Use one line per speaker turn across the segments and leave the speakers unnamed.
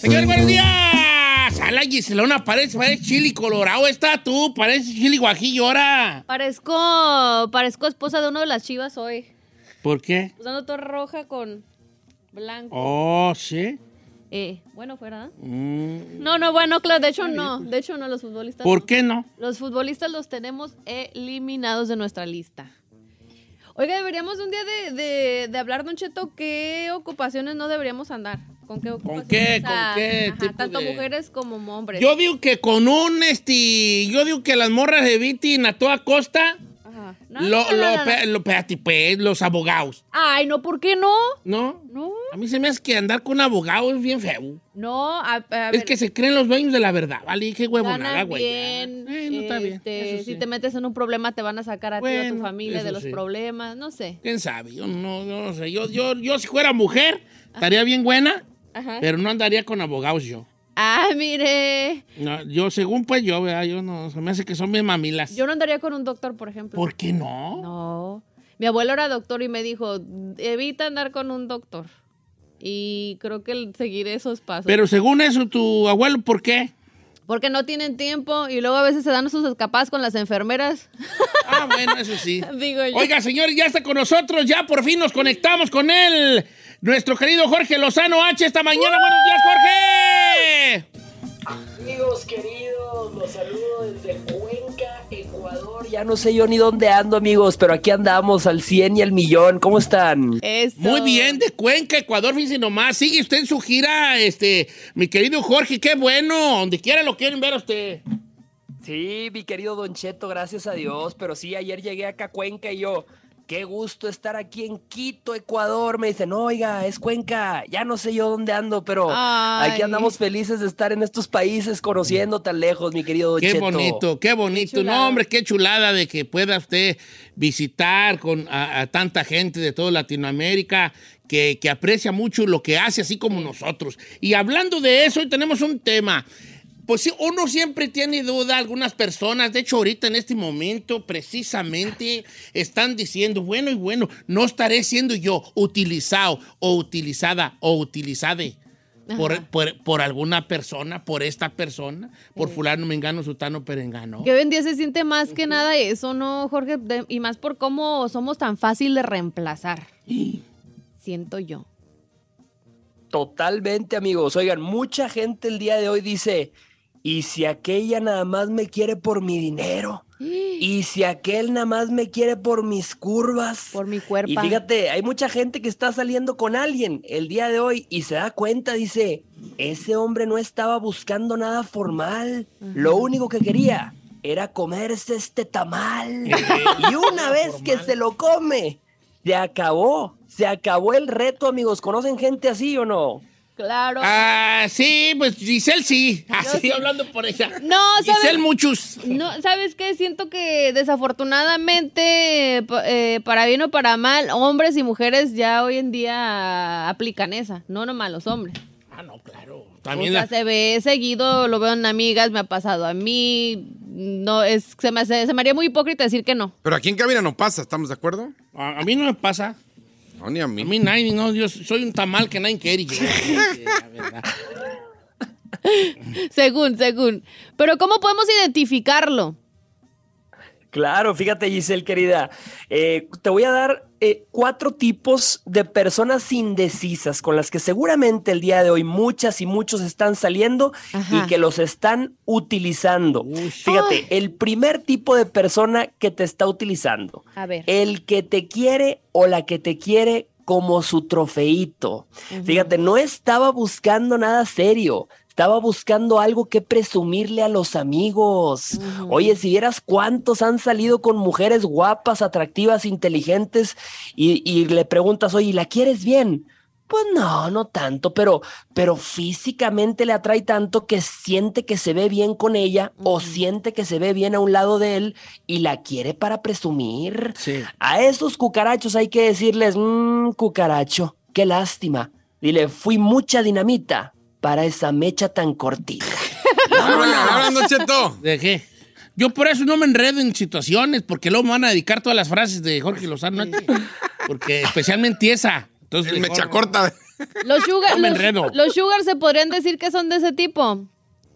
Señor, buenos días. A la Giselona parece, parece chili colorado. Está tú, parece chili guajillo ahora.
Parezco, parezco esposa de uno de las chivas hoy.
¿Por qué?
Usando toda roja con blanco.
Oh, sí.
Eh, bueno, fuera. ¿eh?
Mm,
No, no, bueno, claro, de hecho no. De hecho no, los futbolistas.
¿Por
no.
qué no?
Los futbolistas los tenemos eliminados de nuestra lista. Oiga, deberíamos un día de, de- de hablar, Don Cheto, qué ocupaciones no deberíamos andar. ¿Con qué ocupaciones?
qué?
O sea,
¿Con qué
ajá,
tipo
tanto
de-
mujeres como hombres.
Yo digo que con un este. Yo digo que las morras eviten a toda costa.
Ajá. No,
Lo,
no, no,
lo,
no, no.
pe- lo- espérate, pues, los abogados,
Ay, no, ¿por qué no?
¿no?
No,
A mí se me hace que andar con un abogado es bien feo.
no, a, a
Es
ver.
que se creen los dueños de la verdad, ¿vale? Qué huevonada,
ganan
güey.
bien.
Eh, no está bien.
este,
eso
Si
sí.
te metes en un problema, te van a sacar a ti o a tu
Bueno,
familia de
eso
los
sí.
problemas, no sé.
¿Quién sabe? Yo no, yo no sé. Yo, yo, yo si fuera mujer, estaría bien buena,
Ajá.
pero no andaría con abogados yo.
Ah, mire.
No, yo, según pues yo, ¿verdad? Yo no, se me hace que son bien mamilas.
Yo no andaría con un doctor, por ejemplo.
¿Por qué no?
No. Mi abuelo era doctor y me dijo, evita andar con un doctor. Y creo que seguiré esos pasos.
Pero según eso, tu abuelo, ¿por qué?
Porque no tienen tiempo y luego a veces se dan sus escapadas con las enfermeras.
Ah, bueno, eso sí.
Digo yo.
Oiga, señores, ya está con nosotros, ya por fin nos conectamos con él. Nuestro querido Jorge Lozano H esta
¡Uh!
mañana. Buenos días, Jorge.
Amigos queridos, los saludo desde Cuenca, Ecuador. Ya no sé yo ni dónde ando, amigos, pero aquí andamos al 100 y al millón. ¿Cómo están?
Eso.
Muy bien, de Cuenca, Ecuador, fíjense nomás. Sigue usted en su gira, este, mi querido Jorge, qué bueno. Donde quiera lo quieren ver a usted.
Sí, mi querido Don Cheto, gracias a Dios. Pero sí, ayer llegué acá a Cuenca y yo, qué gusto estar aquí en Quito, Ecuador. Me dicen, oiga, es Cuenca. Ya no sé yo dónde ando, pero
Ay.
aquí andamos felices de estar en estos países conociendo tan lejos, mi querido Don
Qué
Cheto.
bonito, qué bonito. no,
chulada.
hombre, qué chulada de que pueda usted visitar con a, a tanta gente de toda Latinoamérica que, que aprecia mucho lo que hace, así como nosotros. Y hablando de eso, hoy tenemos un tema. Pues sí, uno siempre tiene duda, algunas personas, de hecho ahorita en este momento precisamente están diciendo, bueno y bueno, no estaré siendo yo utilizado o utilizada o utilizade por,
Ajá.
por- por alguna persona, por esta persona, por fulano, mengano, sutano, perengano.
Que hoy en día se siente más que nada eso, ¿no, Jorge? De- y más por cómo somos tan fácil de reemplazar. Siento yo.
Totalmente, amigos. Oigan, mucha gente el día de hoy dice, ¿y si aquella nada más me quiere por mi dinero? ¿Y si aquel nada más me quiere por mis curvas?
Por mi cuerpo.
Y fíjate, hay mucha gente que está saliendo con alguien el día de hoy y se da cuenta, dice, ese hombre no estaba buscando nada formal. Lo único que quería era comerse este tamal. y una vez que se lo come, se acabó. Se acabó el reto, amigos. ¿Conocen gente así o no?
Claro.
Ah, sí, pues Giselle sí, así
sí.
hablando por ella.
No, ¿sabes?
Giselle muchos.
No, ¿sabes qué? Siento que desafortunadamente, pa- eh, para bien o para mal, hombres y mujeres ya hoy en día aplican esa, no nomás los hombres.
Ah, no, claro.
O
También
sea,
la...
se ve seguido, lo veo en amigas, me ha pasado a mí, no es se me, hace- se me haría muy hipócrita decir que no.
Pero aquí en cabina no pasa, ¿estamos de acuerdo?
A, a mí no me pasa.
No, ni a mí.
A mí nadie, no, yo soy un tamal que nadie quiere. yo. Sí, la verdad.
Según, según. Pero ¿cómo podemos identificarlo?
Claro, fíjate Giselle querida, eh, te voy a dar eh, cuatro tipos de personas indecisas con las que seguramente el día de hoy muchas y muchos están saliendo
Ajá.
y que los están utilizando.
Uy.
Fíjate,
Ay.
el primer tipo de persona que te está utilizando,
A ver.
el que te quiere o la que te quiere como su trofeíto.
Ujú.
Fíjate, no estaba buscando nada serio. Estaba buscando algo que presumirle a los amigos.
Ujú.
Oye, si vieras cuántos han salido con mujeres guapas, atractivas, inteligentes, y, y le preguntas, oye, ¿y ¿la quieres bien? Pues no, no tanto, pero, pero físicamente le atrae tanto que siente que se ve bien con ella o
Ujú.
siente que se ve bien a un lado de él y la quiere para presumir.
Sí.
A esos cucarachos hay que decirles, mmm, cucaracho, qué lástima. Dile, fui mucha dinamita para esa mecha tan cortita.
Háblale, háblale, Don Cheto.
¿De qué? Yo por eso no me enredo en situaciones, porque luego me van a dedicar todas las frases de Jorge Lozano. antes, Porque especialmente esa. Entonces,
El
mejor
mecha
no.
corta.
Los sugar,
No me
los-
enredo.
los sugar se podrían decir que son de ese tipo.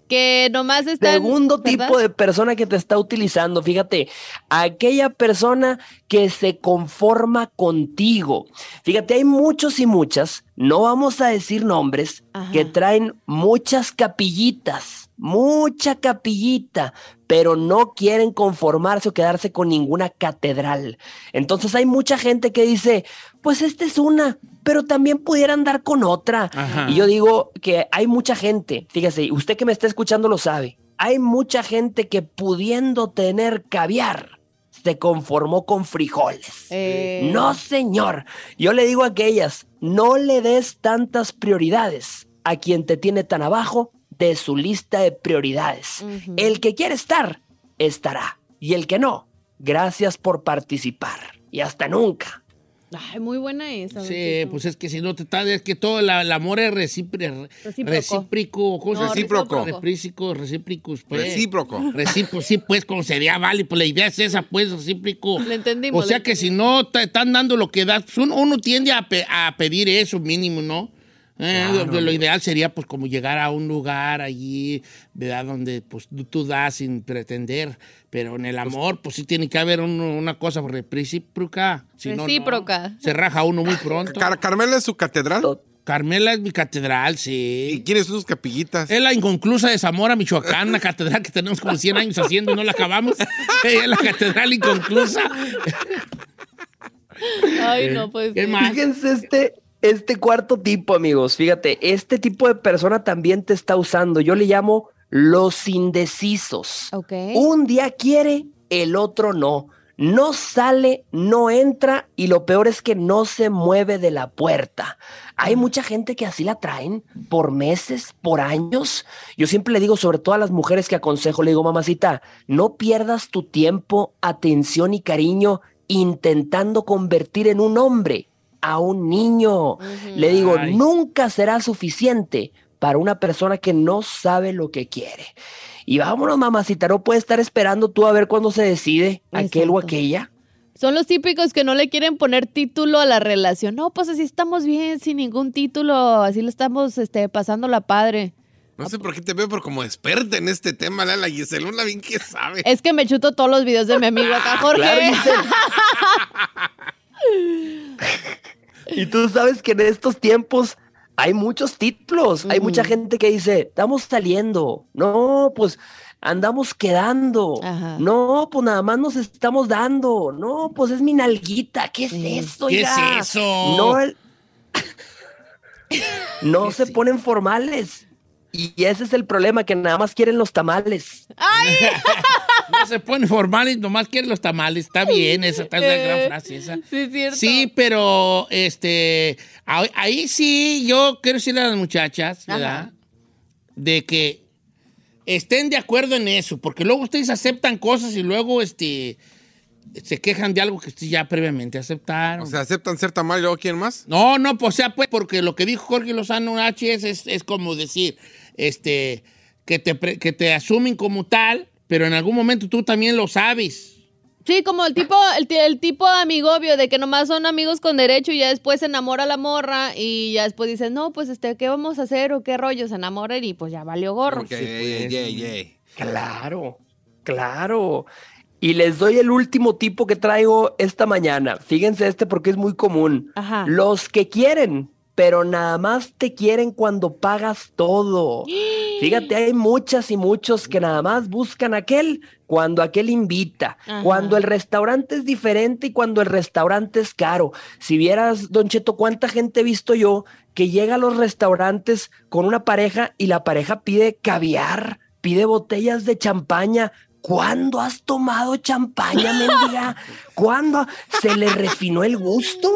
Que nomás están.
Segundo
¿verdad?
tipo de persona que te está utilizando, fíjate, aquella persona que se conforma contigo. Fíjate, hay muchos y muchas, no vamos a decir nombres,
Ajá.
que traen muchas capillitas, mucha capillita, pero no quieren conformarse o quedarse con ninguna catedral. Entonces hay mucha gente que dice, pues esta es una, pero también pudiera andar con otra.
Ajá.
Y yo digo que hay mucha gente, fíjese, usted que me está escuchando lo sabe, hay mucha gente que pudiendo tener caviar, se conformó con frijoles.
Eh,
No, señor. Yo le digo a aquellas, no le des tantas prioridades a quien te tiene tan abajo de su lista de prioridades.
Ujú.
El que quiere estar, estará. Y el que no, gracias por participar. Y hasta nunca.
Ay, muy buena esa. don
Sí,
Cheto.
pues es que si no te está, es que todo la- el amor es recíproco.
Recíproco.
Recíproco. ¿cómo se
No,
dice?
Recíproco.
Recíproco, recíprocos, pues.
Recíproco.
Recíproco, sí, pues, como sería, vale, pues la idea es esa, pues, recíproco.
Le entendimos,
O sea
le
que si no te están dando lo que das, pues, uno, uno tiende a, pe- a pedir eso mínimo, ¿no? Eh, lo, lo ideal sería, pues, como llegar a un lugar allí, ¿verdad? Donde, pues, tú, tú das sin pretender. Pero en el amor, pues, sí tiene que haber un- una cosa recíproca. si no, no.
Recíproca.
se raja uno muy pronto.
Car- Carmela es su catedral.
To-
Carmela es mi catedral,
¿Y
sí.
quiénes son sus capillitas?
Es la inconclusa de Zamora, Michoacán, la catedral que tenemos como 100 años haciendo y no la acabamos. Es la catedral inconclusa.
Ay, no, pues.
¿Qué
sí.
Eh, más?
Eh, Fíjense este, este cuarto tipo, amigos. Fíjate, este tipo de persona también te está usando. Yo le llamo los indecisos.
Ok.
Un día quiere, el otro no. No sale, no entra y lo peor es que no se mueve de la puerta. Hay mucha gente que así la traen por meses, por años. Yo siempre le digo, sobre todo a las mujeres que aconsejo, le digo, mamacita, no pierdas tu tiempo, atención y cariño intentando convertir en un hombre a un niño. Le digo,
Ay.
nunca será suficiente para una persona que no sabe lo que quiere. Y vámonos, mamacita, no puedes estar esperando tú a ver cuándo se decide aquel o
Exacto.
aquella.
Son los típicos que no le quieren poner título a la relación. No, pues así estamos bien, sin ningún título. Así lo estamos este, pasando la padre.
No sé por qué te veo, pero como experta en este tema, la, la Giselle, una bien que sabe.
Es que me chuto todos los videos de mi amigo acá, Jorge.
Claro, Giselle. y tú sabes que en estos tiempos hay muchos títulos, hay mucha
Ujú.
gente que dice, estamos saliendo, no, pues andamos quedando,
Ajá.
no, pues nada más nos estamos dando, no, pues es mi nalguita, ¿qué es
Sí.
eso?
¿Qué es
oiga?
eso?
No, el- no se ponen formales. Y ese es el problema, que nada más quieren los tamales.
No se pone formal y nomás quiere los tamales. Está bien, esa está la gran
Eh,
frase esa.
Sí, es cierto.
Sí, pero este ahí, ahí sí yo quiero decirle a las muchachas,
Ajá.
¿verdad? De que estén de acuerdo en eso, porque luego ustedes aceptan cosas y luego este se quejan de algo que ustedes ya previamente aceptaron.
O sea, aceptan ser tamal y luego quién más.
No, no, pues o sea, pues, porque lo que dijo Jorge Lozano H es, es, es como decir, este, que te, pre- que te asumen como tal, pero en algún momento tú también lo sabes.
Sí, como el tipo, el, ti- el tipo amigobio de que nomás son amigos con derecho y ya después se enamora la morra y ya después dicen, no, pues este, ¿qué vamos a hacer o qué rollo? Se enamoran y pues ya valió gorro.
Ok, yeah, yeah, yeah.
Claro, claro. Y les doy el último tipo que traigo esta mañana. Fíjense este porque es muy común.
Ajá.
Los que quieren, pero nada más te quieren cuando pagas todo. Fíjate, hay muchas y muchos que nada más buscan aquel cuando aquel invita,
Ajá.
cuando el restaurante es diferente y cuando el restaurante es caro. Si vieras, Don Cheto, cuánta gente he visto yo que llega a los restaurantes con una pareja y la pareja pide caviar, pide botellas de champaña. ¿Cuándo has tomado champaña, mendiga? ¿Cuándo se le refinó el gusto?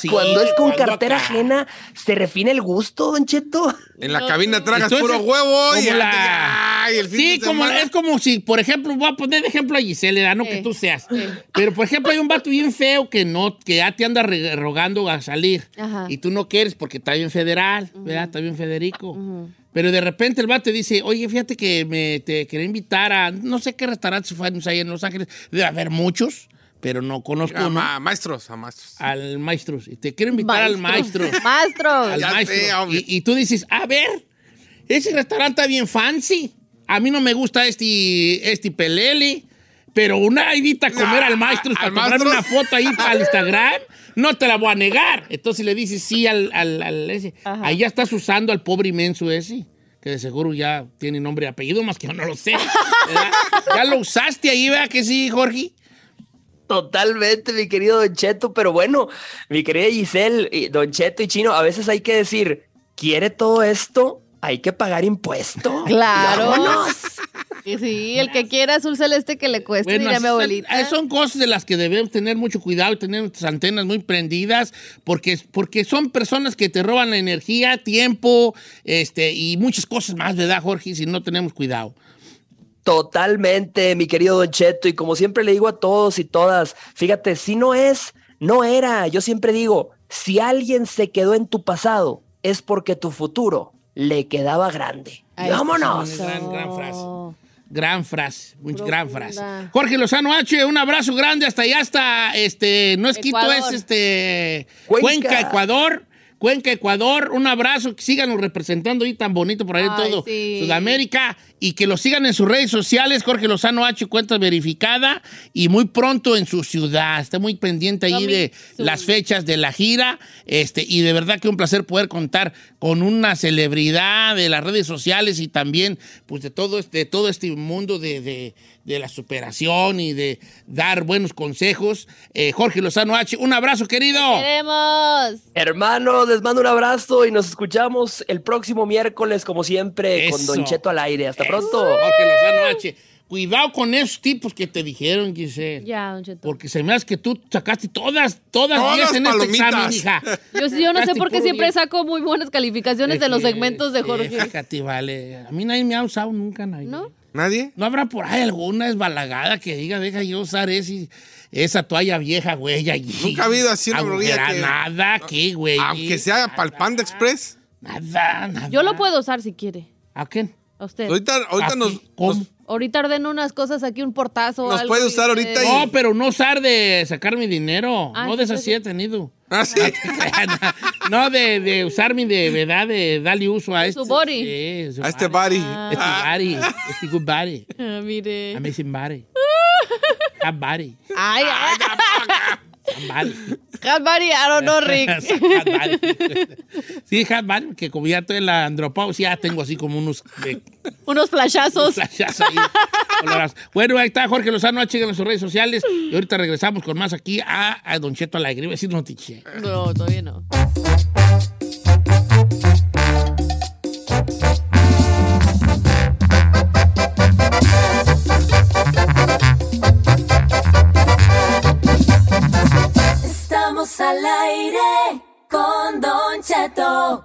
Sí,
cuando es con
¿cuándo
cartera
acá?
ajena, se refina el gusto, Don Cheto.
En la
No,
cabina tragas puro
Entonces,
huevo y,
como
ya-
la-
ay, el fin
Sí,
de
como,
semana-
es como si, por ejemplo, voy a poner de ejemplo a Giselle, ¿verdad? no
Eh,
que tú seas.
eh.
Pero, por ejemplo, hay un vato bien feo que no, que ya te anda re- rogando a salir.
Ajá.
Y tú no quieres porque está bien federal, ¿verdad? Está bien Federico.
Ujú.
Pero de repente el vato te dice, oye, fíjate que me te quería invitar a no sé qué restaurantes fueron ahí en Los Ángeles. Debe haber muchos, pero no conozco
A,
uno.
ma- a maestros, a maestros.
Al maestro. Y Te quiero invitar al maestro.
Maestro.
al
Ya
maestro.
sé, obvio.
y, y tú dices, a ver, ese restaurante está bien fancy. A mí no me gusta este, este pelele. Pero una idita a comer
No,
al maestro
Ah, al
para
maestro.
tomar una foto ahí para el Instagram, no te la voy a negar. Entonces le dices sí al, al- al ese.
Ajá.
Ahí ya estás usando al pobre inmenso ese, que de seguro ya tiene nombre y apellido, más que yo no lo sé. ¿verdad? ya lo usaste ahí, ¿verdad que sí, Jorge?
Totalmente, mi querido Don Cheto, pero bueno, mi querida Giselle, y Don Cheto y Chino, a veces hay que decir, ¿quiere todo esto? Hay que pagar impuesto.
Claro.
Vámonos.
Que Sí, el que quiera azul celeste que le cueste,
Bueno,
diría
así
mi abuelita.
son- eh, Son cosas de las que debemos tener mucho cuidado y tener nuestras antenas muy prendidas porque, porque son personas que te roban la energía, tiempo este, y muchas cosas más, ¿verdad, Jorge? Si no tenemos cuidado.
Totalmente, mi querido Don Cheto, y como siempre le digo a todos y todas, fíjate, si no es, no era. Yo siempre digo, si alguien se quedó en tu pasado, es porque tu futuro le quedaba grande.
Ay,
Vámonos.
eso.
Gran, gran frase. Gran frase, muy gran frase.
Profunda.
Jorge Lozano H, un abrazo grande hasta allá, hasta este, no es Quito,
Ecuador.
es este Cuenca.
Cuenca.
Ecuador. Cuenca, Ecuador, un abrazo, que síganos representando ahí tan bonito por ahí en
Ay,
todo
sí.
Sudamérica y que lo sigan en sus redes sociales, Jorge Lozano H, cuenta verificada y muy pronto en su ciudad. Está muy pendiente ahí
Coming
de
soon.
las fechas de la gira este, y de verdad que un placer poder contar con una celebridad de las redes sociales y también pues de todo este, de todo este mundo de, de- de la superación y de dar buenos consejos. Eh, Jorge Lozano H, un abrazo querido.
Queremos.
Hermanos, les mando un abrazo y nos escuchamos el próximo miércoles, como siempre, con
Eso.
Don Cheto al aire. Hasta pronto.
Eso, Jorge Lozano H. Cuidado con esos tipos que te dijeron, Giselle.
Ya, don Cheto.
Porque se me hace que tú sacaste todas, todas
Todas
10 en
palomitas.
este examen, hija.
Yo, yo no sé por qué
Puro
siempre
diez.
saco muy buenas calificaciones de los
Es que-
segmentos de
es que,
Jorge.
Eh, Fíjate, vale. A mí nadie me ha usado nunca, nadie.
¿No?
¿Nadie?
¿No habrá por ahí alguna desbalagada que diga, deja yo usar ese- esa toalla vieja, güey? allí?
Nunca ha habido así una
Agujera,
brujería que-
Nada, aquí, güey.
Aunque sea para el Panda Express.
Nada, nada.
Yo lo puedo usar si quiere.
¿A quién?
A usted.
Ahorita, ahorita
Aquí,
nos,
¿cómo?
nos-
Ahorita ordeno unas cosas aquí, un portazo. o
Nos
algo
puede
y ¡Oh,
usar
usted-
ahorita y-
No, pero no usar de sacar mi dinero.
Ah,
no de
sí,
esas
sí.
sí he tenido.
Ah, sí.
no, de, de usar mi de verdad, de darle uso a este.
Su Ah. body.
Sí, su
A este body.
Este body. Este good body.
Ah, mire.
Amazing body. That body.
Ay, ah, ay,
That body.
Hot body, I don't know, Rick.
Hot body. sí, hot body, que como ya estoy en la andropausia, ya tengo así como unos eh,
Unos flashazos.
flashazos ahí colorados. Bueno, ahí está Jorge Lozano, chequen en sus redes sociales. Y ahorita regresamos con más aquí a, a Don Cheto Alegre. Iba a decir noticia.
No, todavía no.
Estamos al aire con Don Cheto.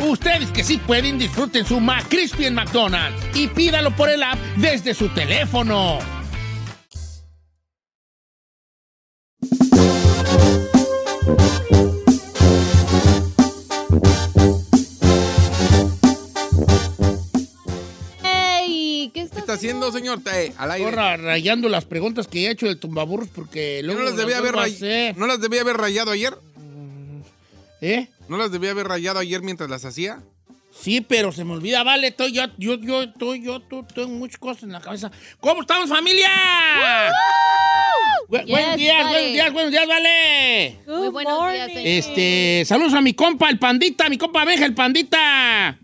Ustedes que sí pueden, disfruten su McCrispy en McDonald's y pídalo por el app desde su teléfono.
¡Ey! ¿Qué está
¿Qué está
haciendo?
haciendo, señor? Te- al aire.
Ahora rayando las preguntas que he hecho del tumbaburros porque
¿No
luego
las, debía haber
vuelvo a
ray-
hacer.
¿No las debía haber rayado ayer?
¿Eh?
¿No las debía haber rayado ayer mientras las hacía?
Sí, pero se me olvida, vale, estoy yo, yo, yo, estoy yo, tú, tengo muchas cosas en la cabeza. ¿Cómo estamos, familia? Bu-
Yes,
buenos días,
vale.
buenos días, buenos días, vale.
Muy buenos días,
morning.
señor.
Este, saludos a mi compa, el pandita, mi compa Benja, el pandita.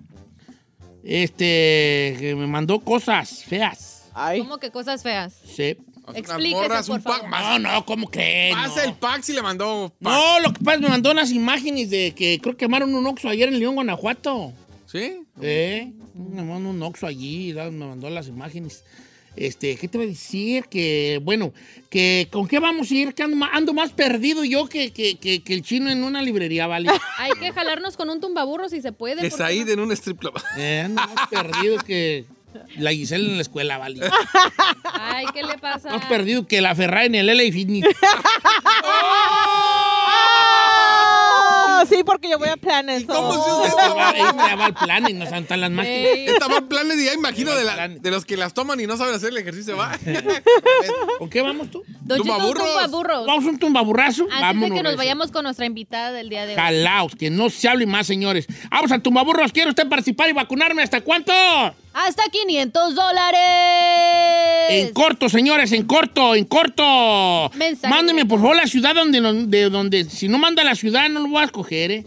Este, que me mandó cosas feas.
Ay.
¿Cómo que cosas feas?
Sí.
Explíquese, por
un pack.
favor.
Más,
No, no, ¿cómo crees?
más
Eh, No.
el pack si le mandó pack.
No, lo que pasa es que me mandó unas imágenes de que creo que quemaron un oxo ayer en León, Guanajuato.
¿Sí?
¿Eh? Me mandó un oxo allí, da- me mandó las imágenes. Este, ¿qué te voy a decir? Que, bueno, que ¿con qué vamos a ir? Que ando, ma- ando más perdido yo que, que- que- que el chino en una librería, ¿vale?
Hay que jalarnos con un tumbaburro si se puede.
Es
porque
ahí
no-
en un strip club.
Eh, ando más perdido que la Giselle en la escuela, ¿vale?
Ay, ¿qué le pasa? Oh.
Más perdido que la Ferrari en el LA Fitness. ¡Oh!
¡Ah! Sí, porque yo voy a planes.
cómo
oh.
se usa
Ahí va- ahí me va el plan y no se están las máquinas.
Ey.
Estaban planes y ya imagino de, la-
Planes.
de los que las toman y no saben hacer el ejercicio, va.
¿Con qué vamos tú?
Don Cheto, un
tumbaburros.
tumbaburros.
¿Vamos a un tumbaburrazo?
Antes de que nos vayamos con nuestra invitada del día de hoy.
Calaos, que no se hable más, señores. Vamos al tumbaburros, quiere usted participar y vacunarme. ¿Hasta cuánto?
¡Hasta 500 dólares!
En corto, señores, en corto, en corto.
Pues- Mensaje.
Mándeme, por favor, la ciudad donde, no- de donde. Si no manda la ciudad, no lo voy a escoger, ¿eh?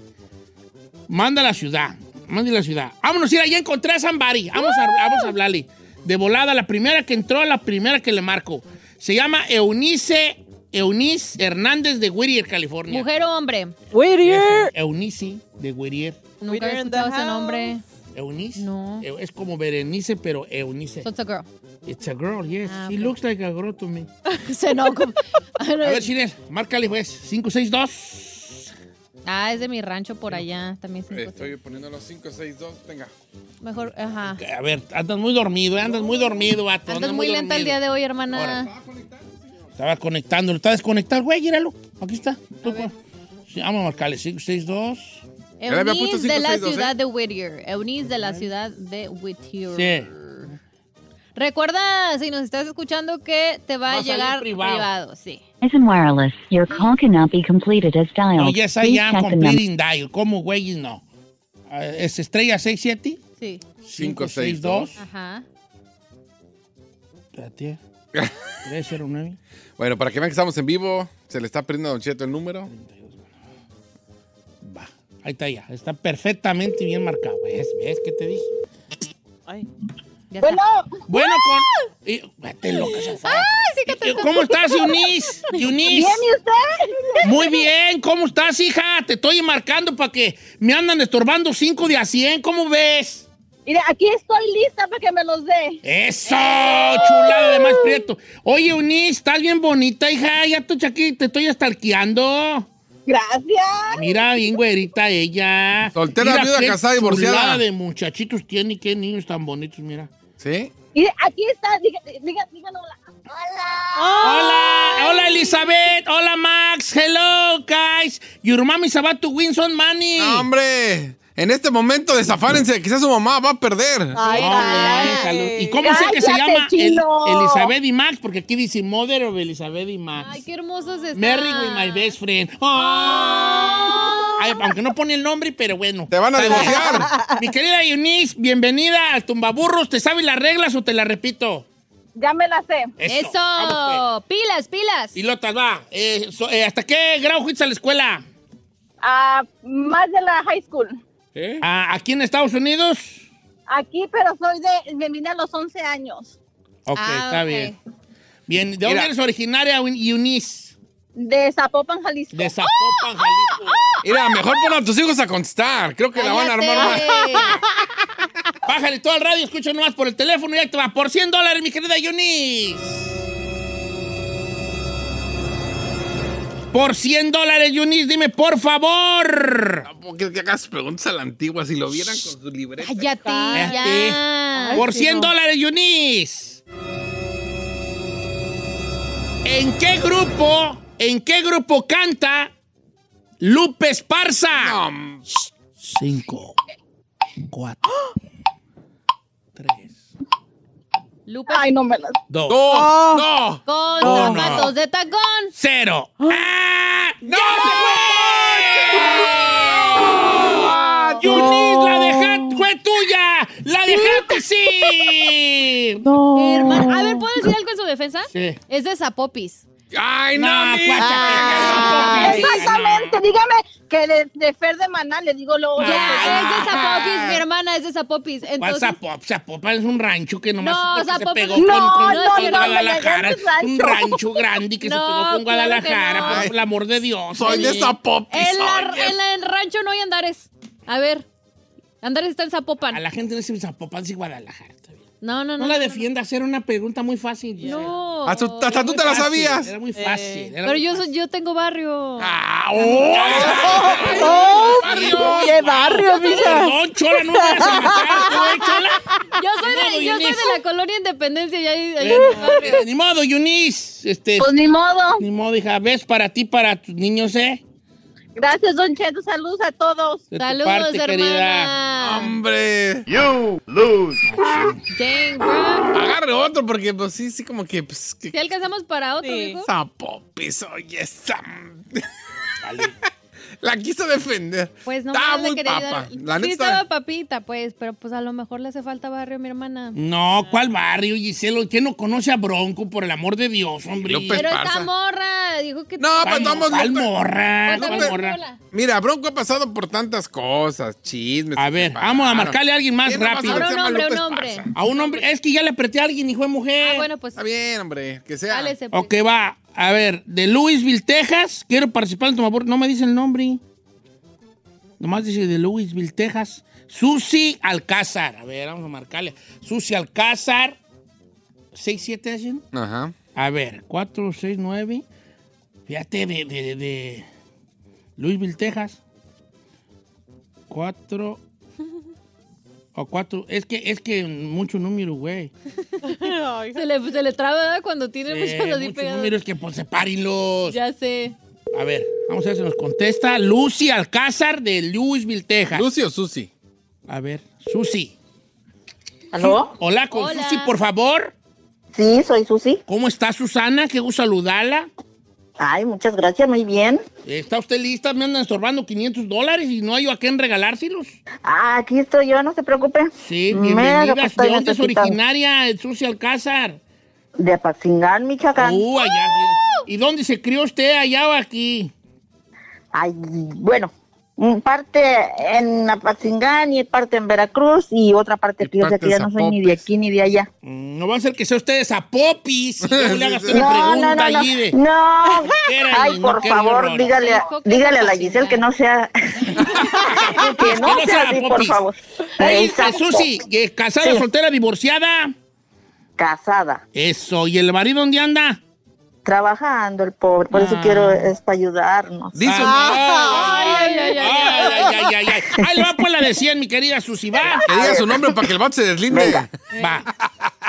Manda la ciudad. Mande la ciudad. Vámonos a ir allá, encontré a Zambari. Vamos, a, vamos a hablarle. De volada, la primera que entró, la primera que le marco. Se llama Eunice, Eunice Hernández de Whittier, California.
¿Mujer o hombre?
Whittier.
Eunice de Whittier.
Nunca
We're
he
in the
escuchado ese
house.
nombre.
Eunice?
No.
Eu- Es como Berenice, pero Eunice.
So it's a girl.
It's a girl, yes.
Ah,
She
ok.
looks like a girl to me.
Se no ocupa.
A ver, Chinel, márcale, pues. 562.
Ah, es de mi rancho por allá. También se encuentra.
Estoy poniendo los 5, 6, 2. Venga.
Mejor, ajá.
A ver, andas muy dormido, eh, andas muy dormido, vato.
Andas muy lenta el día de hoy, hermana.
Estaba conectándolo. Está desconectado, güey, gíralo. Aquí está. Tú, pues. Sí, vamos a marcarle 562.
Ya le había puesto
Eunice de la
562, ¿eh?
ciudad de Whittier. Eunice de la ciudad de Whittier.
Sí.
Recuerda, si nos estás escuchando, que te va
Va
a
a salir
llegar
privado.
privado. Sí.
As in wireless, your call cannot be completed as dialed.
Oye, esa
Please
ya
check the number.
completing dial. ¿Cómo, güey? No. Ah, ¿Es estrella 67?
Sí.
562.
Ajá.
Espérate. eh, 309.
Bueno, para que vean que estamos en vivo, se le está perdiendo a Don Cheto el número.
Va, ahí está ya. Está perfectamente bien marcado. ¿Ves? ¿Ves qué te dije?
Ay.
Ya está.
Bueno,
Bueno, con. y- Vete loca, se fue.
Sí, que te-
Eh, ¿Cómo estás, Eunice? Eunice.
¿Y usted?
Muy bien, ¿cómo estás, hija? Te estoy marcando para que me andan estorbando 5 de a 100. ¿Cómo ves?
Mire, aquí estoy lista para que me los dé.
Eso, chulada de más prieto. Oye, Eunice, estás bien bonita, hija. Ya tú, aquí te estoy estalqueando.
Gracias.
Mira, bien güerita ella.
Soltera,
Mira
viuda,
qué
casada, divorciada.
chulada de muchachitos tiene, qué niños tan bonitos, mira.
¿Sí?
Mire, aquí está. Diga, diga, díganlo. Hola.
Hola, hola Elizabeth, hola Max, hello guys. Your mom is about to win some money.
¡No, ¡Hombre! En este momento, desafárense. Quizás su mamá va a perder.
Ay,
Hombre,
cállate.
déjalo. ¿Y cómo sé que se
Cállate,
llama? El-
chino.
Elizabeth y Max, porque aquí dice Mother of Elizabeth y Max.
Ay, qué hermosos están.
Merry with my best friend.
Ah.
Ay, aunque no pone el nombre, pero bueno.
Te van a divorciar.
Mi querida Eunice, bienvenida al Tumbaburros. ¿Te sabes las reglas o te las repito?
Ya me la sé.
Eso.
vamos,
Pilas, pilas.
Ah, pues. Pilotas, va. Eh, so- eh, ¿Hasta qué grado fuiste a la escuela?
Ah, más de la high school.
¿Eh?
Ah, ¿Aquí en Estados Unidos?
Aquí, pero soy de. Me vine a los 11 años.
Ok,
Ah,
está
ok.
bien. Bien, ¿de dónde eres originaria, Eunice?
De Zapopan, Jalisco.
De Zapopan, Jalisco.
Mira, mejor pon a tus hijos a contestar. Creo que la van a armar más.
Cállate.
Bájale todo al radio, escucha nomás por el teléfono y ahí te va por 100 dólares, mi querida Eunice. Por 100 dólares, Eunice, dime por favor.
Tampoco que que hagas preguntas a la antigua. Si lo vieran con su libreta.
Cállate,
Cállate.
ya.
Por 100 dólares, Eunice. ¿En qué grupo, en qué grupo canta Lupe Esparza?
No,
5, 4, 3,
Lupe
Ay, no me la.
dos.
2, no,
con
Oh, no.
zapatos de tacón.
cero. ¡Ah! ¡No! Yunis, la dejaste, fue tuya. La dejaste, sí.
No.
Hermano, a ver, ¿puedo decir algo en su defensa?
Sí.
Es de Zapopis.
Ay, no,
No,
mi-
cuacha,
Ay.
cuacha, cuacha.
Ah, Exactamente, dígame que de, de Fer de Maná le digo luego.
Ya,
Es
Ah.
de Zapopis, mi hermana es de Zapopis.
¿Cuál
Entonces,
Zapop? Zapopan es un rancho que nomás
No,
porque se
Zapopan
pegó
es-
con,
No,
con-
no,
con
no,
Guadalajara.
no, no, no,
un
no.
rancho grande que se
No,
pegó con
claro que
Guadalajara,
no.
por el amor de Dios.
Soy de Zapopi.
en, la-
soy de-
en la- en rancho no hay andares. A ver, andares está en
A
Zapopan.
la gente no dice Zapopan, sí Guadalajara. está bien.
No, no, no.
No la defiendas, era una pregunta muy fácil. Giselle.
No.
Hasta- hasta tú te la
Fácil,
sabías.
Era muy fácil.
Pero
era muy
yo,
fácil.
soy- yo tengo barrio.
Ah, oh.
¡Oh!
Barrio.
¡Qué barrio, mija!
Perdón, Chola, no me vayas a matar, tú, eh, Chola.
Yo soy de, yo soy
Eunice.
de la colonia Independencia y ahí, ahí
Bueno,
tengo barrio.
eh, Ni modo, Eunice. Este,
Pues ni modo.
ni modo, hija. ¿Ves para ti, para tus niños, eh?
Gracias, Don Cheto. Saludos a todos.
De tu
Saludos,
parte, querida.
hermana.
Hombre.
Dang, bro.
Agarre otro porque, pues, sí, Ah, sí, como que, pues, que
Si alcanzamos para otro,
Sí.
viejo.
Zapopis, oye, esa. La quiso defender.
Pues no,
Está
no le
muy
quería
papa.
dar-
La
sí,
neta.
estaba papita, pues, pero pues a lo mejor le hace falta barrio a mi hermana.
No, ¿cuál barrio, Giselo? ¿Quién no conoce a Bronco, por el amor de Dios, hombre?
López.
Pero esta
pasa.
morra dijo que...
No,
¿Cuál,
pues, vamos,
cuál
López.
morra?
Cuando
¿Cuál
me-
morra?
Hola.
Mira, Bronco ha pasado por tantas cosas, chismes.
A
que
ver,
se pararon.
vamos a marcarle a alguien más
¿Quién no va a
rápido.
saber
Ahora
si
un
se llama
hombre,
López
un hombre.
Parza?
A un hombre, es que ya le apreté a alguien, hijo de mujer.
Ah, bueno, pues...
Está bien, hombre, que sea.
cálese, pues.
Ok, va. A ver, de Louisville, Texas. Quiero participar en tu favor. No me dice el nombre. Nomás dice de Louisville, Texas. Susi Alcázar. A ver, vamos a marcarle. Susi Alcázar. 6-7 ¿sí?
Ajá.
A ver, 4, 6, 9. Fíjate, de, de, de, de Louisville, Texas. 4. O 4. Es que, es que mucho número, güey.
Ay,
Se le, se le traba ¿verdad? cuando tiene
Eh,
muchos así
mucho
pegados.
número, es que pues, sepárenlos.
Ya sé.
A ver, vamos a ver si nos contesta Lucy Alcázar de Louisville, Texas.
¿Lucy o Susi?
A ver, Susi.
¿Aló?
Hola, con
Hola.
Susi, por favor.
Sí, soy Susi.
¿Cómo está Susana? Qué gusto saludarla.
Ay, muchas gracias, muy bien.
¿Está usted lista? Me andan estorbando 500 dólares y no hay a quién regalárselos.
Ah, aquí estoy yo, no se preocupe.
Sí,
Mira lo que
bienvenidas.
estoy
¿De dónde es
necesitando.
originaria eh, Susi Alcázar?
De Apaxingán, Michoacán.
Uh, allá. ¿Y dónde se crió usted? Allá o aquí.
Ay, bueno, mm, parte en Apaxingán y parte en Veracruz y otra parte
Y
que yo sé
parte
que ya no soy ni de
Zapopes.
aquí ni de allá.
Mm, No va a ser que sea usted de Zapopis. y luego le haga usted una
No,
pregunta
no, no, no.
allí de...
No.
Espérame,
Ay,
no,
por
qué horror.
favor, dígale, a-
Dijo que
dígale a la
Apaxingán.
Giselle que no sea que no
Que no sea
sea así, por
popis.
favor.
Oye,
Exacto.
Susi, eh, casada,
Sí.
soltera, divorciada.
Casada,
Eso, ¿y el marido dónde anda?
trabajando el pobre, por eso
Ah.
quiero es para ayudarnos.
Dice
Ah,
ay,
ay, ay, ay, ay, ay, ay. Ahí va por la de 100, mi querida Susi, va.
Que diga su nombre para que el vato se deslinde.
Va.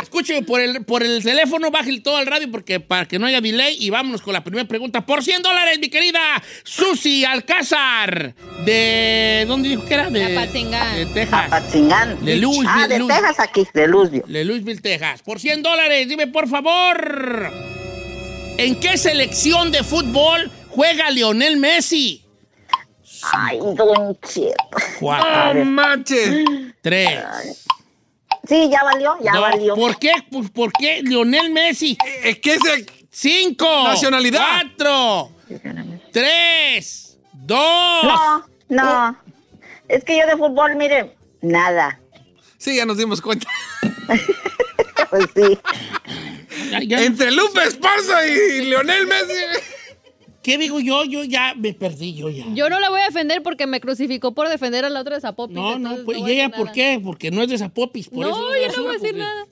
Escuche, por el, por el teléfono, baje el todo al radio porque para que no haya delay y vámonos con la primera pregunta. Por 100 dólares, mi querida Susi Alcázar. ¿De dónde dijo que era? De
Apatzingán.
De Texas.
Apatzingán.
De Louisville,
ah, de
Louisville.
Texas aquí, de Luzio.
De Louisville, Texas. Por 100 dólares, dime por favor. ¿En qué selección de fútbol juega Lionel Messi?
Ay, don Cheto.
Cuatro,
manches!
tres,
Sí, ya valió, ya
dos.
valió.
¿Por qué? Pues, ¿Por qué Lionel Messi?
Eh, Es que ese...
Cinco.
Nacionalidad.
Cuatro. Tres. Dos.
No, no. Es que yo de fútbol, mire, nada.
Sí, ya nos dimos cuenta.
Pues sí.
Ay, Ah, ya-
Entre Lupe Esparza y Leonel Messi.
¿Qué digo yo? Yo ya me perdí, yo ya.
Yo no la voy a defender porque me crucificó por defender a la otra de Zapopi.
no, no,
entonces
pues,
voy
¿y
a
ella
decir
por
nada.
qué? Porque no es de Zapopis. Por eso
No, yo no
la
voy a decir
porque-
nada.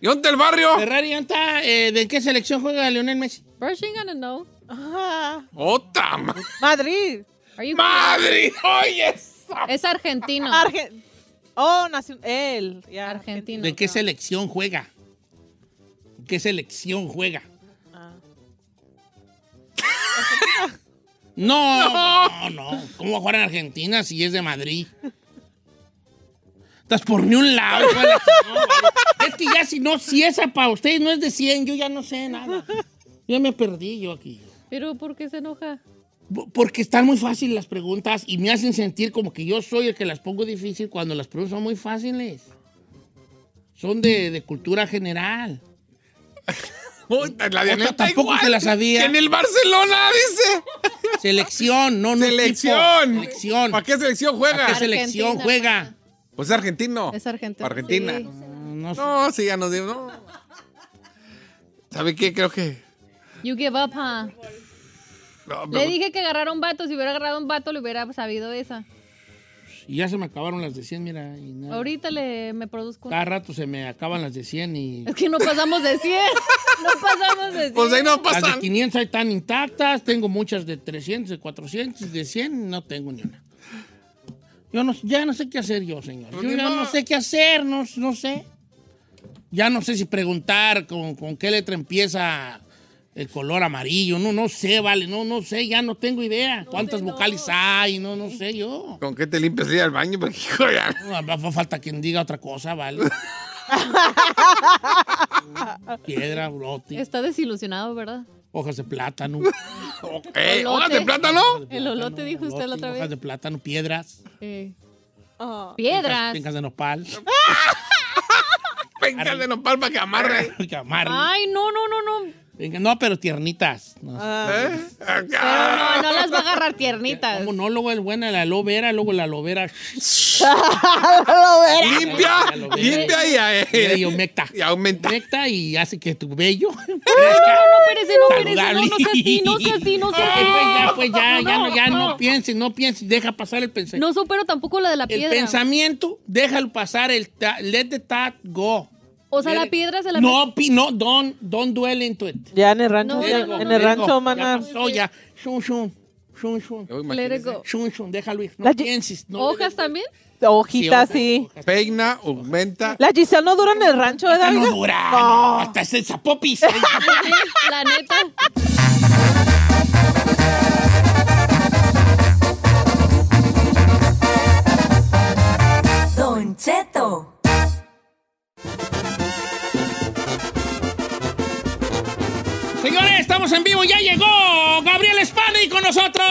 ¿Y dónde el barrio?
Ferrari, ¿anta, eh, ¿de qué selección juega Lionel Messi?
Brushing and a no.
Ah,
¡Ota! ma-
Madrid.
Are you-
¡Madre! ¡Oye! esa-
Es argentino.
Argen- oh, nació él. Ya,
Argentino.
¿De qué selección juega? ¿En ¿Qué selección juega? No, no, no. ¿Cómo va a jugar en Argentina si es de Madrid? Estás por ni un lado. hijo de la- no, vale. es que ya si no, si esa para ustedes no es de 100, yo ya no sé nada. Ya me perdí yo aquí.
Pero ¿por qué se enoja?
Porque están muy fáciles las preguntas y me hacen sentir como que yo soy el que las pongo difícil cuando las preguntas son muy fáciles. Son de, de cultura general.
Ota, La
Ota,
de
tampoco se la sabía.
En el Barcelona, dice.
Selección, no, no. equipo.
Selección. ¿Para
Selección. ¿Para
qué selección
qué
juega?
Argentina,
selección juega?
Pues es argentino.
Es argentino.
Argentina.
Sí.
No, sé.
No, sí, ya nos dimos. No. ¿Sabe qué? Creo que.
You give up, huh?
no, me-
Le dije que agarrara un vato. Si hubiera agarrado un vato, le hubiera sabido esa.
Y ya se me acabaron las de 100, mira. y nada.
Ahorita le me produzco. una.
Cada rato se me acaban las de 100 y...
Es que no pasamos de 100. No pasamos de 100.
Pues ahí no
Las de
pasan.
500 ahí están intactas, tengo muchas de 300, de 400, de 100, no tengo ni una. Yo no, ya no sé qué hacer yo, señor. Yo
Pues
ya
no.
no sé qué hacer, no, no sé. Ya no sé si preguntar con, con qué letra empieza el color amarillo, no, no sé, vale, no, no sé, ya no tengo idea cuántas vocales hay, no, no sé yo.
¿Con qué te limpias el día del baño? Porque, hijo, ya.
No, va- va- falta quien diga otra cosa, vale. Piedra, brote,
Está desilusionado, ¿verdad?
hojas de plátano.
Ok. ¿Hojas de plátano?
El olote dijo usted la otra
Hojas
vez.
de plátano, piedras.
Eh,
Oh.
Piedras.
Pencas de nopal.
Venga de nopal para que amarre.
que amarre.
Ay, no, no, no, no.
Venga, no, pero tiernitas. No.
Ah,
¿Eh?
Pero
Acá.
no, no las va a agarrar tiernitas.
¿Cómo no? Luego el bueno, la aloe vera, luego la aloe vera.
Limpia,
Ya lo vi.
limpia y, eh,
Y humecta.
y aumenta.
Humecta y hace que tu bello.
No, Pérez, no, Pérez, no,
saludable.
no sea así, no sea así, no sea
Ay,
así.
pues ya, pues ya, ya no, ya no pienses, no pienses. Deja pasar el pensamiento.
No supero tampoco la de la
el
piedra.
pensamiento, déjalo pasar. El ta- let the thought go.
O sea, la piedra se la...
No, pi- no, don't, don't dwell into it.
Ya en el rancho,
No,
ya-
no, no,
en
no,
el
Let go.
rancho,
Ya
manar.
pasó, ya. Shun, shun, shun, shun.
Uy,
Let
imagínese.
it go.
Shun, shun, déjalo ir. No
La ye-
pienses. No
¿Hojas también?
Hojita, sí.
hojas.
Peina, aumenta.
La Giselle no dura en el rancho,
Hasta
¿verdad?
no
oiga?
dura.
No.
no, hasta es el zapopis.
La neta.
Don Cheto.
Señores, estamos en vivo. Ya llegó Gabriel Spani con nosotros.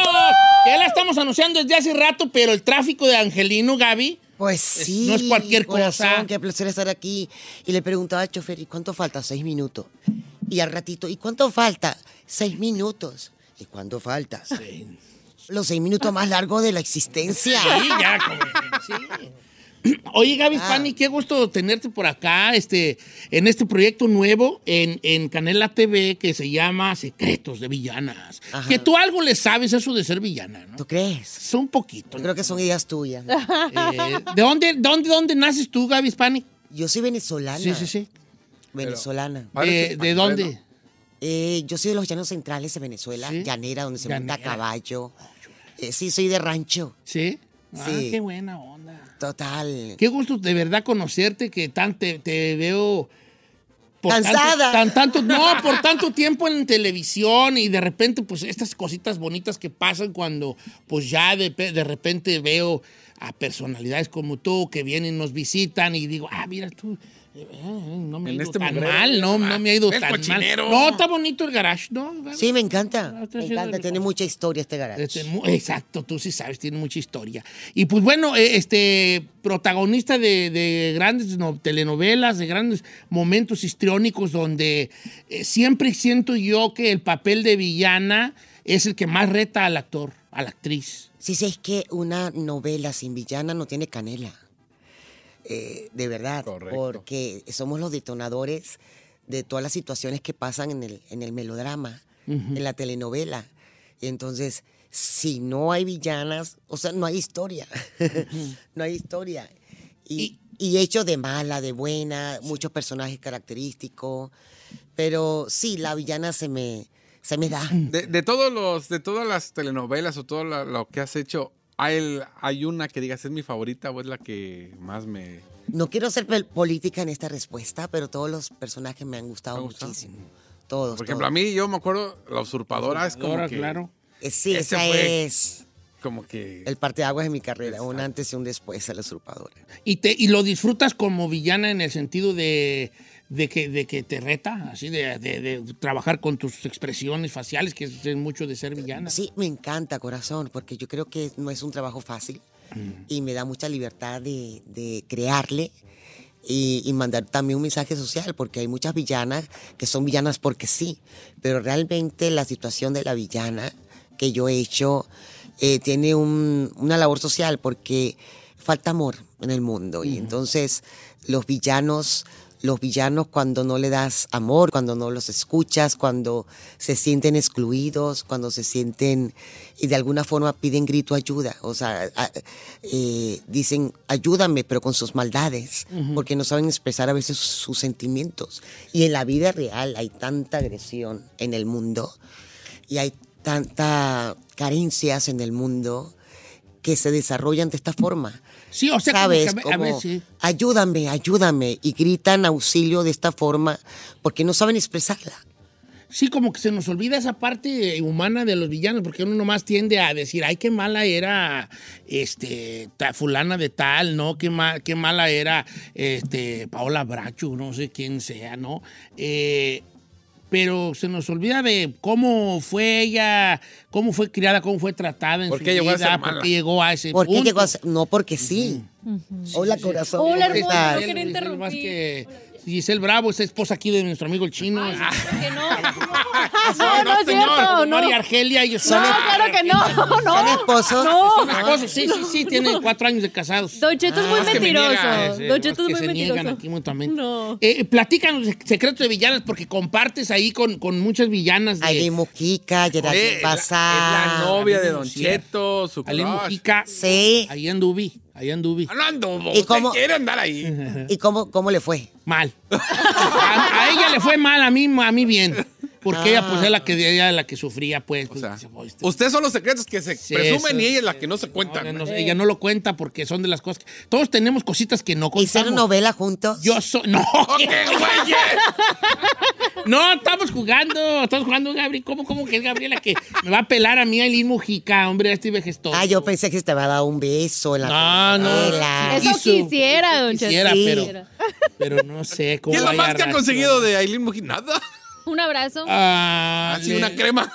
Ya la estamos anunciando desde hace rato, pero el tráfico de Angelino, Gaby.
Pues sí.
no es cualquier
corazón,
cosa.
Qué placer estar aquí. Y le preguntaba al chofer, ¿y cuánto falta? Seis minutos. Y al ratito, ¿y cuánto falta? Seis minutos. ¿Y cuánto falta? Los seis minutos más largos de la existencia.
Sí, ya, como- sí. Oye, Gaby Spani, qué gusto tenerte por acá, este, en este proyecto nuevo en, en Canela TV que se llama Secretos de Villanas.
Ajá.
Que tú algo le sabes eso de ser villana, ¿no?
¿Tú crees?
Son poquito.
Yo
¿no?
creo que son ideas tuyas.
Eh, ¿De dónde, dónde, dónde naces tú, Gaby Spani?
Yo soy venezolana.
Sí, sí, sí.
Venezolana.
¿De, de dónde?
Eh, yo soy de los llanos centrales de Venezuela,
Sí.
llanera, donde se monta
Llanera.
a caballo. Eh, sí, soy de rancho.
¿Sí? Ah,
Sí.
qué buena onda.
Total.
Qué gusto de verdad conocerte, que tan te, te veo... por tanto-
Cansada.
tan- tanto, no, por tanto tiempo en televisión y de repente, pues, estas cositas bonitas que pasan cuando, pues, ya de, pe- de repente veo a personalidades como tú que vienen, nos visitan y digo, ah, mira tú,
este,
eh, eh, no me ha
En
ido
este
tan
mugrero,
mal, no, no me ha ido
el
tan
cochinero.
mal. No, está bonito el garage, ¿no?
Sí, me encanta. Me
estoy Ah, haciendo
encanta.
el-
Tiene mucha historia este garage.
Este, mu- exacto, tú sí sabes, tiene mucha historia. Y pues bueno, eh, este protagonista de, de grandes no- telenovelas, de grandes momentos histriónicos, donde eh, siempre siento yo que el papel de villana es el que más reta al actor, a la actriz.
Sí, sí, es que una novela sin villana no tiene canela. Eh, de verdad. Porque somos los detonadores de todas las situaciones que pasan en el, en el melodrama, en la telenovela. Y entonces, si no hay villanas, o sea, no hay historia. no hay historia. Y, y hecho de mala, de buena, muchos personajes característicos. Pero sí, la villana se me, se me da.
De, de todos los, de todas las telenovelas o todo la- lo que has hecho, ¿hay, el- hay una que digas es mi favorita o es la que más me.
No quiero ser pel- política en esta respuesta, pero todos los personajes me han gustado, muchísimo. Todos.
Por ejemplo, a mí yo me acuerdo la usurpadora, es como
Pues Usurpadora,
que.
claro. Eh, sí,
Ese
esa
fue
es
Como que.
el parteaguas de mi carrera, un antes y un después a la usurpadora.
Y, te, y lo disfrutas como villana en el sentido de, de que, de que te reta, así de, de- de trabajar con tus expresiones faciales, que es es mucho de ser villana.
Sí, me encanta, corazón, porque yo creo que no es un trabajo fácil y me da mucha libertad de, de crearle y, y mandar también un mensaje social, porque hay muchas villanas que son villanas porque sí, pero realmente la situación de la villana que yo he hecho eh, tiene un- una labor social porque falta amor en el mundo y entonces los villanos... Los villanos cuando no le das amor, cuando no los escuchas, cuando se sienten excluidos, cuando se sienten y de alguna forma piden grito ayuda, o sea, a- eh, dicen ayúdame, pero con sus maldades,
Ujú.
porque no saben expresar a veces sus sentimientos. Y en la vida real hay tanta agresión en el mundo y hay tanta carencias en el mundo que se desarrollan de esta forma.
Sí, o sea, como
¿sabes?
que a ve- a
Como,
ver, sí.
ayúdame, ayúdame, y gritan auxilio de esta forma porque no saben expresarla.
Sí, como que se nos olvida esa parte humana de los villanos, porque uno nomás tiende a decir, ay, qué mala era este ta- fulana de tal, ¿no? Qué, ma- qué mala era este Paola Bracho, no sé quién sea, ¿no? Eh, pero se nos olvida de cómo fue ella, cómo fue criada, cómo fue tratada en
¿Por
su
qué llegó a
vida,
ser
por
mala?
qué llegó a ese
¿Por qué
punto.
llegó a ser- No, porque sí. Hola, corazón.
Hola,
¿cómo
hermoso,
estás?
no quería interrumpir. Giselle Bravo, esa esposa aquí de nuestro amigo el chino. Ah.
No, no es cierto. No,
María Argelia, ellos
No, claro que no. no.
esposos?
No.
Son esposos, sí, sí, sí, tienen cuatro años de casados.
Don Cheto es muy
Ah, que me
mentiroso.
niega, eh,
Don Cheto
los
es muy
que se niegan
mentiroso.
aquí mutuamente.
No.
Eh, platícanos de secretos de villanas porque compartes ahí con, con muchas villanas de...
Aileen Mujica, Geraldine
Eh,
Bazán.
Ah,
es la novia de Don Cheto, su Ale
crush.
Mujica.
Sí.
Ahí anduvi, ahí anduvi. No
anduvo,
¿Y usted cómo- quiere
andar ahí.
¿Y cómo, cómo le fue?
Mal. A, a ella le fue mal, a mí, a mí bien. Porque ella pues es la que, ella es la que sufría, pues. pues, dice, "Ay, este-
Ustedes son los secretos que se
Sí,
presumen
sí,
y ella es la que no se cuentan.
no, no, ella no lo cuenta porque son de las cosas que... Todos tenemos cositas que no contamos.
¿Hicieron novela juntos?
Yo soy... No. No, estamos jugando, estamos jugando, Gabriel. ¿Cómo, cómo que es Gabriela que me va a pelar a mí Aileen Mujica? Hombre, a este vejestoso.
Ah, yo pensé que te va a dar un beso en la
No, no.
telenovela.
Eso quisiera, don Cheto.
Quisiera,
Sí.
pero, pero no sé cómo
¿Qué es lo
vaya
más que ha
rato.
conseguido de Aileen Mujica? Nada.
Un abrazo.
Ah,
Así
le-
una crema.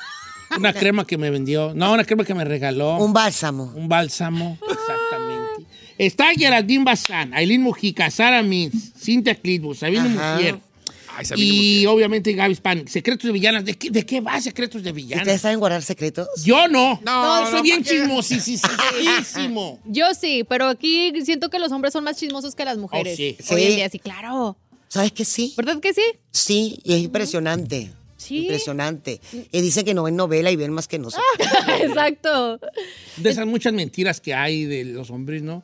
Una crema que me vendió. No, una crema que me regaló. Un
bálsamo.
Un bálsamo, exactamente. Está Geraldine Bazán, Aileen Mujica, Sara Mintz, Cintia Clitwood, Sabine
Ajá.
Mujier.
Ay,
y obviamente Gaby Span. Secretos de villanas. ¿De qué, de qué va Secretos de
¿Ustedes
villanas?
saben guardar secretos?
Yo no.
No,
soy bien chismosísimo.
Yo sí, pero aquí siento que los hombres son más chismosos que las
Oh,
mujeres.
sí.
Hoy
Sí.
en día, sí, claro.
¿Sabes que sí?
¿Verdad que sí?
Sí, y es impresionante.
Sí. Ah,
Impresionante. Y dicen que no ven novela y ven más que nosotros.
Exacto.
De esas muchas mentiras que hay de los hombres, ¿no?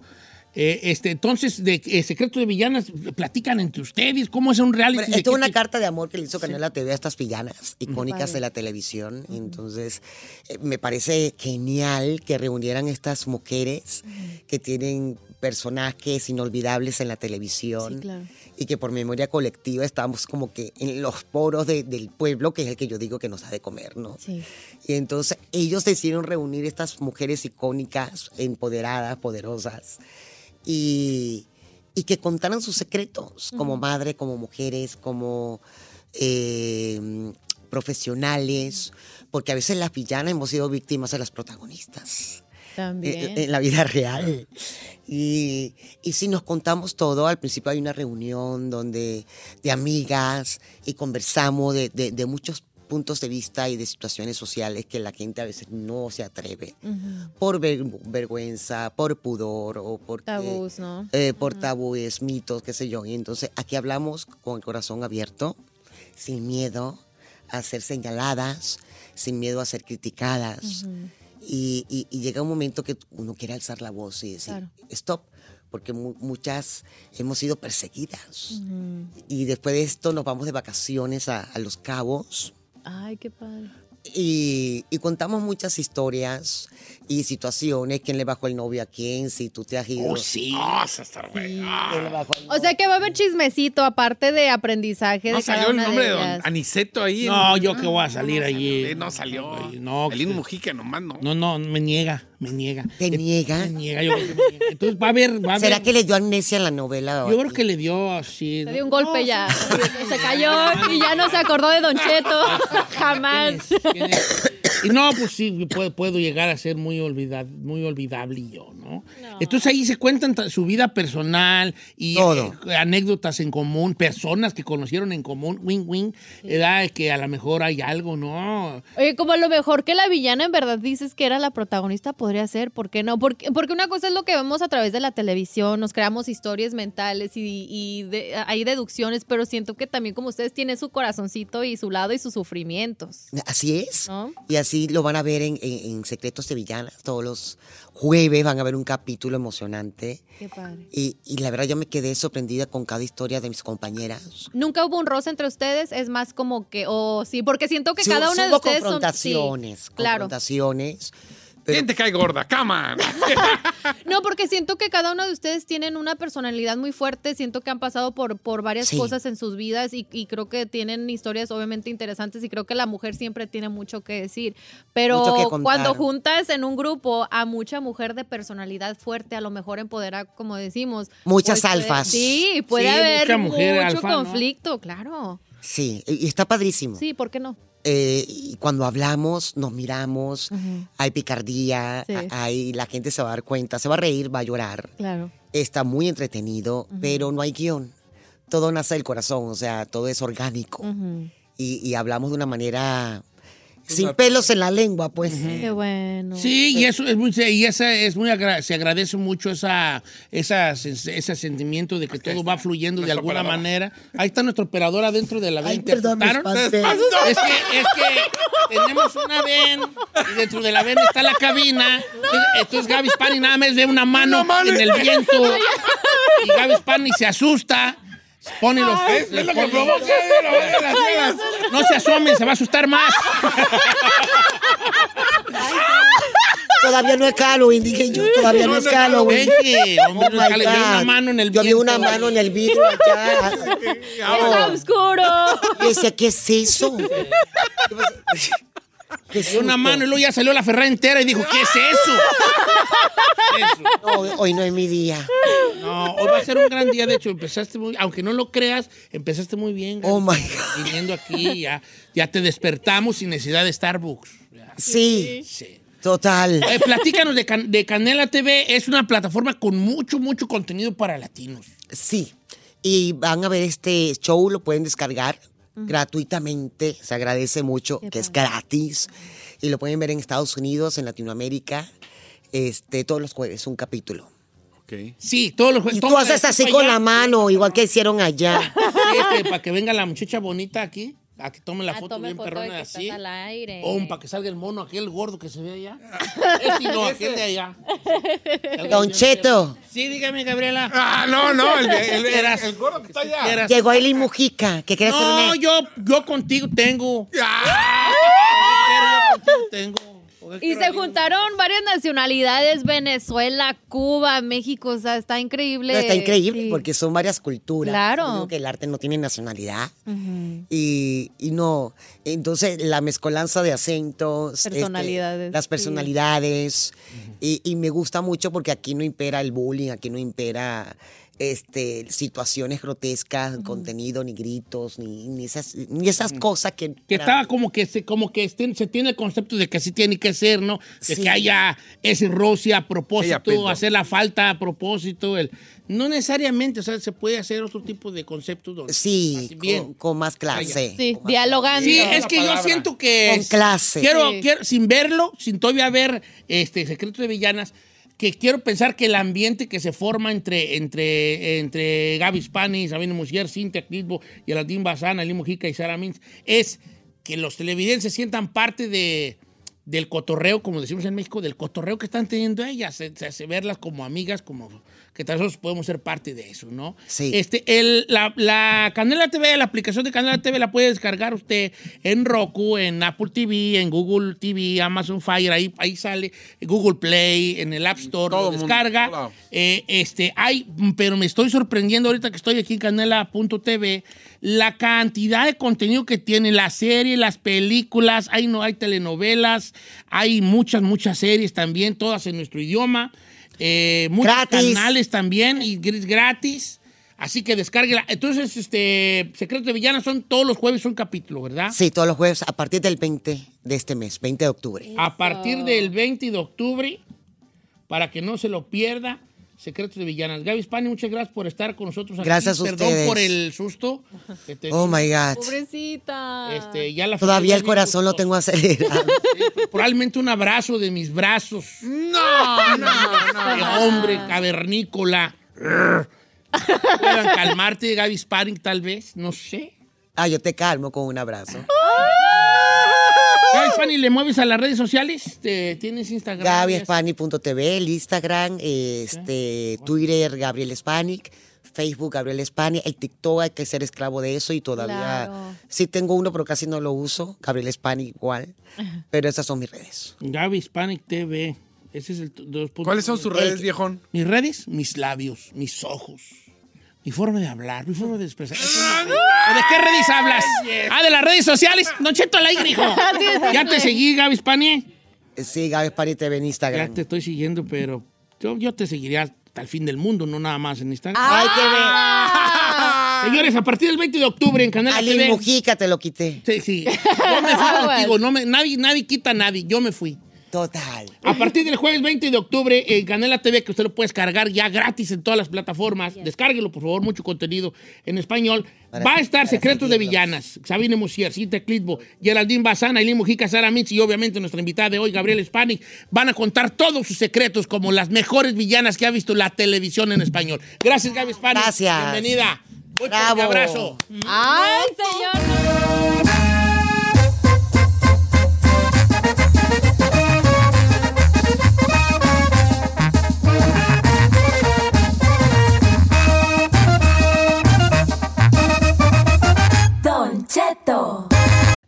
Eh, este, entonces, de eh, Secreto de Villanas, platican entre ustedes, ¿cómo es un reality?
Hombre,
de
esto es
qué
una
te-
carta de amor que le hizo Canela TV a estas villanas icónicas
Padre.
de la televisión. Entonces, eh, me parece genial que reunieran estas mujeres que tienen personajes inolvidables en la televisión. Y que por memoria colectiva estamos como que en los poros de- del pueblo, que es el que yo digo que nos ha de comer, ¿no? Y entonces ellos decidieron reunir estas mujeres icónicas, empoderadas, poderosas, y, y que contaran sus secretos como
Ujú.
madre, como mujeres, como eh, profesionales, porque a veces las villanas hemos sido víctimas de las protagonistas
También.
Eh,
en- eh, en la vida real. Y, y si nos contamos todo, al principio hay una reunión donde de amigas y conversamos de, de- de muchos puntos de vista y de situaciones sociales que la gente a veces no se atreve por ver- vergüenza, por pudor o por
Tabús, ¿no?
Eh, por tabúes, mitos, qué sé yo. Y entonces aquí hablamos con el corazón abierto, sin miedo a ser señaladas, sin miedo a ser criticadas. Y, y- y llega un momento que uno quiere alzar la voz y decir,
Claro.
stop, porque mu- muchas hemos sido perseguidas. Y después de esto nos vamos de vacaciones a, a Los Cabos
Ay, qué padre.
y, y contamos muchas historias y situaciones, quién le bajó el novio a quién, si tú te has ido.
Oh, sí. Ah, esa está güey. Ah.
¿Quién le bajó el
O sea que va a haber chismecito, aparte de aprendizaje
No
de cada
salió el
una
nombre
de
de don
ellas.
Aniceto ahí.
No, yo que voy a salir allí.
No salió.
No,
Elín Mujica nomás no.
No, no, me niega, me niega.
¿Te niega?
niega, yo creo que me niega. Entonces va a haber, va a
¿Será
haber-
que le dio amnesia en la novela?
Yo creo que le dio así.
Le dio un golpe ya. Se cayó y ya no se acordó de Don Cheto. Jamás.
Y no, pues sí, puedo, puedo llegar a ser muy, olvida- muy olvidable yo, ¿no? Entonces ahí se cuentan ta- su vida personal y eh, anécdotas en común, personas que conocieron en común, win, win, edad que a lo mejor hay algo, ¿no?
Oye, como a lo mejor que la villana en verdad dices que era la protagonista, podría ser, ¿por qué no? Porque, porque una cosa es lo que vemos a través de la televisión, nos creamos historias mentales y, y de- hay deducciones, pero siento que también como ustedes tienen su corazoncito y su lado y sus sufrimientos,
Así es.
¿no?
Y así lo van a ver en, en- en Secretos de Villanas. Todos los jueves van a ver un capítulo emocionante.
Qué padre.
Y, y la verdad yo me quedé sorprendida con cada historia de mis compañeras.
Nunca hubo un roce entre ustedes, es más como que, oh, sí, porque siento que
Sí,
cada
sí
una de
hubo
ustedes son- sí,
confrontaciones,
claro.
confrontaciones. ¿Quién te cae gorda? ¡Cama!
No, porque siento que cada uno de ustedes tienen una personalidad muy fuerte, siento que han pasado por, por varias
Sí.
cosas en sus vidas y, y creo que tienen historias obviamente interesantes y creo que la mujer siempre tiene mucho que decir, pero
Mucho que contar.
cuando juntas en un grupo a mucha mujer de personalidad fuerte, a lo mejor empodera, como decimos.
Muchas
puede-
alfas.
Sí, puede
Sí,
haber
mucha mujer
mucho
alfa, ¿no?
conflicto, claro.
Sí, y y está padrísimo.
Sí, ¿por qué no?
Eh, y cuando hablamos, nos miramos, hay picardía,
Sí.
a- hay, la gente se va a dar cuenta, se va a reír, va a llorar.
Claro.
Está muy entretenido,
Ujú.
pero no hay guión. Todo nace del corazón, o sea, todo es orgánico. Y, y hablamos de una manera sin pelos en la lengua, pues.
Qué bueno.
Sí, y eso es muy, y esa es muy agra- se agradece mucho esa, esa sens- ese sentimiento de que todo va fluyendo de
nuestra
alguna
operadora.
manera. Ahí está nuestra operadora dentro de la ven. ¿Te
perdón, me
asustaron?
espanté.
Es que, es que tenemos una ven y dentro de la ven está la cabina. Entonces, entonces Gaby Spani nada más ve una mano en el viento y Gaby Spani se asusta. Pone los.
Ay, es lo que
pone-
provoca, eh, la ven de las velas.
no se asomen, se va a asustar más.
Todavía no es Halloween, dije yo, todavía no,
No,
es
no es
Halloween. Oh
Halloween, hombre, no es
my
Halloween.
God.
Yo vi una mano en el
Yo vi
viento.
una mano en el vidrio allá.
¡Está oscuro!
Yo decía, ¿qué es eso?
Dio una mano y luego ya salió la ferrada entera y dijo, ¿qué es eso?
No, hoy no es mi día.
No, hoy va a ser un gran día. De hecho, empezaste muy, aunque no lo creas, empezaste muy bien. Oh
my God.
Viniendo aquí, ya, ya te despertamos sin necesidad de Starbucks.
Sí. Total.
Eh, platícanos de, Can- de Canela TV. Es una plataforma con mucho, mucho contenido para latinos.
Sí. Y van a ver este show, lo pueden descargar gratuitamente. Se agradece mucho que es gratis. Y lo pueden ver en Estados Unidos, en Latinoamérica. Este, todos los jueves, un capítulo.
Sí, todos los
Y tú haces así con la mano, igual que hicieron allá.
Sí, este, para que venga la muchacha bonita aquí. a que tome la
Ah,
foto
tome
bien
foto de
perrona
que
así.
estás al aire.
Eh.
O para que salga el mono, aquel gordo que se ve allá. Este no, aquel de allá.
Don Cheto.
Sí, dígame, Gabriela.
Ah, no, no, el, de- el- el-
Eras-
el gordo que está allá.
Llegó Aileen Mujica, que quiere hacer
No,
una...
yo, yo contigo tengo. Yo contigo tengo. Porque
Y
quiero
se
algo.
juntaron varias nacionalidades, Venezuela, Cuba, México, o sea, está increíble.
No, está increíble
Sí.
porque son varias culturas.
Claro.
Yo digo que el arte no tiene nacionalidad.
Ujú.
Y, y no, entonces la mezcolanza de acentos, este,
Personalidades,
las
sí.
personalidades, y, y me gusta mucho porque aquí no impera el bullying, aquí no impera este, situaciones grotescas, contenido, ni gritos, ni, ni esas, ni esas cosas que...
Que estaba como que se, como que estén- se tiene el concepto de que así tiene que ser, ¿no? De
Sí.
que haya ese roce a
Ella pensó.
propósito, Pues hacer la falta a propósito. El, no necesariamente, o sea, se puede hacer otro tipo de conceptos. donde-
Sí,
Así
con-
bien.
con, más clase.
Sí, dialogando.
Sí, es que yo
palabra.
siento que...
Con clase.
Quiero,
Sí.
quiero- sin verlo, sin todavía ver este Secreto de Villanas, que quiero pensar que el ambiente que se forma entre, entre, entre Gaby Spani, Sabine Musier, Cintia Clitbo, Aladín Bazán, Ali Mujica y Sara Mintz, es que los televidentes sientan parte de, del cotorreo, como decimos en México, del cotorreo que están teniendo ellas, se, se hace verlas como amigas, como que tal vez podemos ser parte de eso, ¿no?
Sí.
Este, el, la, la Canela TV, la aplicación de Canela TV la puede descargar usted en Roku, en Apple TV, en Google TV, Amazon Fire, ahí, ahí sale, en Google Play, en el App Store,
Mm, todo
lo
mundo,
descarga.
todo lado.
Eh, este, hay, pero me estoy sorprendiendo ahorita que estoy aquí en canela.tv, la cantidad de contenido que tiene la serie, las películas, hay, no, hay telenovelas, hay muchas, muchas series también, todas en nuestro idioma, eh, muchos
Gratis.
canales también, y gr- gratis. Así que descárguela. Entonces, este, Secreto de Villana son todos los jueves un capítulo, ¿verdad?
Sí, todos los jueves a partir del 20 de este mes, 20 de octubre.
A partir del 20 de octubre, para que no se lo pierda, Secretos de Villanas. Gaby Spani, muchas gracias por estar con nosotros aquí.
Gracias a
Perdón
ustedes.
por el susto. que te-
Oh, my God.
Pobrecita.
este, ya la
Todavía el
bien
corazón lo tengo
gustoso.
acelerado.
Probablemente un abrazo de mis brazos.
No, no, no.
De hombre cavernícola. Puedan calmarte, Gaby Spani, tal vez. No sé.
Ah, yo te calmo con un abrazo.
Gaby Spani, ¿le mueves a las redes sociales? Te- ¿Tienes Instagram?
Gaby
¿Tienes-
Spanic.tv, el Instagram, este, Twitter, Gabriel Hispanic, Facebook, Gabriel Hispanic, el TikTok, hay que ser esclavo de eso y todavía
Claro.
sí tengo uno, pero casi no lo uso. Gabriel Hispanic igual, pero esas son mis redes.
Gaby Hispanic TV. Ese es el t- dos puntos.
¿Cuáles son sus redes, viejón?
Mis redes, mis labios, mis ojos, mi forma de hablar, mi forma de expresar.
¡Ah!
¿O ¿De qué redes hablas? Ah, de las redes sociales. Don Cheto al aire, hijo.
Ah,
Ya te seguí, Gaby Spani.
Eh, Sí, Gaby Hispanic TV en
Ya
Instagram.
te estoy siguiendo, pero yo, yo te seguiría hasta el fin del mundo, no nada más en instante.
Ah. Ay, qué bien.
Señores, a partir del 20 de octubre en Canal
Ali
TV.
Mujica te lo quité.
Sí, sí. Yo me fui
Ah, bueno.
contigo. No me, nadie, nadie quita a nadie. Yo me fui.
Total.
A partir del jueves 20 de octubre eh, en Canela TV, que usted lo puede descargar ya gratis en todas las plataformas. Descárguelo, por favor, mucho contenido en español.
Para
Va a
que-
estar
para
Secretos de
seguirlos.
Villanas, Sabine Musier, Cinta Clitbo, Geraldine Bazán, Aileen Mujica, Sara Mitz y obviamente nuestra invitada de hoy, Gabriel Spanik. Van a contar todos sus secretos como las mejores villanas que ha visto la televisión en español. Gracias, Gaby Spanik.
Gracias.
Bienvenida. Voy por
Bravo.
mi abrazo.
Ay, señor.
Don Cheto.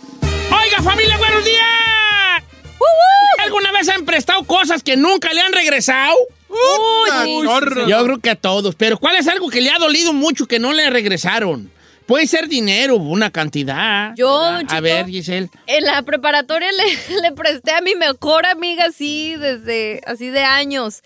¡Oiga, familia, buenos días! ¿Alguna vez han prestado cosas que nunca le han regresado?
Uy, chorro.
Yo creo que a todos. Pero ¿cuál es algo que le ha dolido mucho que no le regresaron? Puede ser dinero, una cantidad.
Yo,
¿verdad?
chico.
A ver, Giselle.
En la preparatoria le, le presté a mi mejor amiga así desde así de años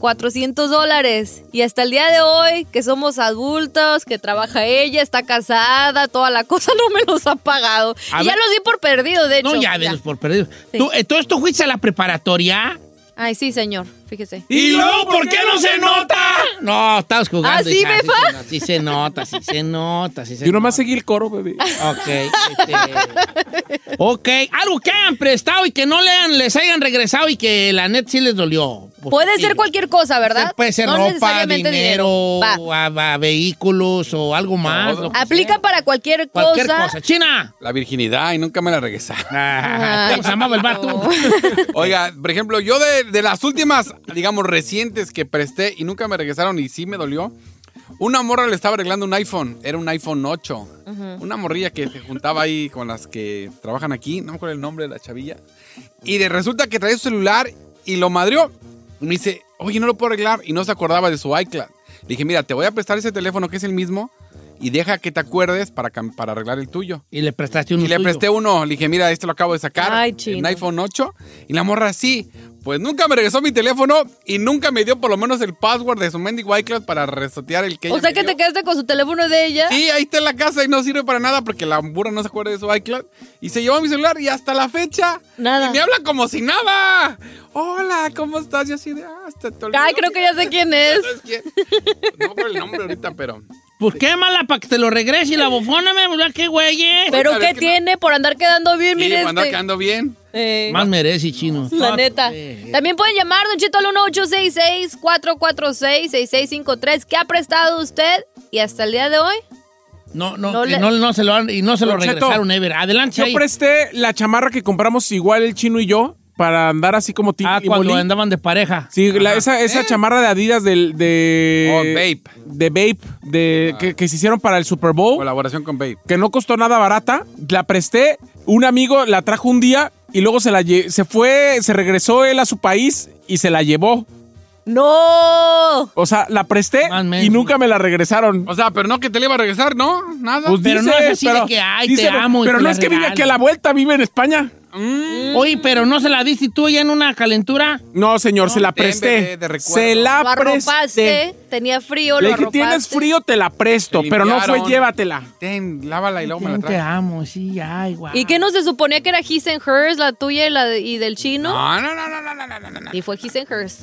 400 dólares y hasta el día de hoy que somos adultos, que trabaja ella, está casada, toda la cosa no me los ha pagado.
A
y ya
ver.
los di por perdido, de hecho.
No, ya,
Ya.
delos por perdido. ¿Tú, entonces tú fuiste a la preparatoria.
Ay, sí, señor, fíjese.
¿Y luego por qué no se nota? No, estabas jugando.
¿Ah, sí,
hija,
befa?
se nota, Sí se nota, sí se nota, sí se
Yo nomás seguí el coro, bebé.
Ok. este, ok, algo que hayan prestado y que no le han- les hayan regresado y que la net sí les dolió. Pues,
Puede
sí.
ser cualquier cosa, ¿verdad?
Puede ser
no
ropa,
necesariamente
dinero,
Va.
a- a vehículos o algo más. lo que
Aplica para cualquier,
sea. Cualquier cosa. China.
La virginidad y nunca me la regresaron.
Ah.
¿Cómo se llamaba el vato?
Oiga, por ejemplo, yo de, de las últimas, digamos, recientes que presté y nunca me regresaron y sí me dolió. Una morra le estaba arreglando un iPhone, era un iPhone 8. Una morrilla que se juntaba ahí con las que trabajan aquí, no me acuerdo el nombre de la chavilla. Y de resulta que traía su celular y lo madrió. Y me dice, oye, no lo puedo arreglar. Y no se acordaba de su iCloud. Le dije, mira, te voy a prestar ese teléfono que es el mismo y deja que te acuerdes para, cam- para arreglar el tuyo.
Y le prestaste uno
Y le
tuyo.
presté uno. Le dije, mira, este lo acabo de sacar.
Ay,
Un
chino.
iPhone 8. Y la morra, sí. Pues nunca me regresó mi teléfono y nunca me dio por lo menos el password de su mendigo iCloud para resetear el que
O
ella
sea
me
que te quedaste con su teléfono de ella.
Sí, ahí está en la casa y no sirve para nada porque la burra no se acuerda de su iCloud. Y se llevó mi celular y hasta la fecha.
Nada.
Y me habla como si nada. Hola, ¿cómo estás? Yo así de. Ah, hasta te olvidó
Ay, creo que ya sé quién es.
No por el nombre ahorita, pero.
Pues quémala para que te lo regrese y la bofona me volá, qué güeyes.
Pero ¿qué tiene por andar quedando bien,
Sí,
mire
por andar
este?
quedando bien.
Eh,
Más merece, chino. Ah,
La neta. También pueden llamar, Don Cheto, al 1866-446-6653. ¿Qué ha prestado usted? Y hasta el día de hoy.
No, no,
No
que
le-
no, no se lo han- y no se lo
Don Cheto,
regresaron ever. Adelante,
Yo
ahí.
presté la chamarra que compramos igual el chino y yo para andar así como tipo. Ah,
cuando andaban de pareja.
Sí, la- esa, esa chamarra de Adidas del, de.
Eh. Oh, Vape. Ah.
De Vape, de, que, que se hicieron para el Super Bowl.
Colaboración con Babe.
que no costó nada barata. La presté, un amigo la trajo un día y luego se la lle- se fue, se regresó él a su país y se la llevó.
¡No!
O sea, la presté y nunca me la regresaron.
O sea, pero no que te le iba a regresar, ¿no? Nada.
Pues dice, pero- dice, Pero no es que vive aquí a la vuelta, vive en España.
Mm. Oye, pero no se la diste tú ya en una calentura.
No, señor, se la
de-
presté.
de- de recuerdo.
se la
lo arropaste,
presté.
tenía frío,
Le
lo
dije,
arropaste.
tienes frío, te la presto, pero no fue
limpiaron.
llévatela.
Ten, lávala y luego me la
Te
traes.
amo, sí, ay, guau.
¿Y qué no se suponía que era His and Hers, la tuya y, la de- y del chino?
No, no, no, no, no,
Y fue His and Hers.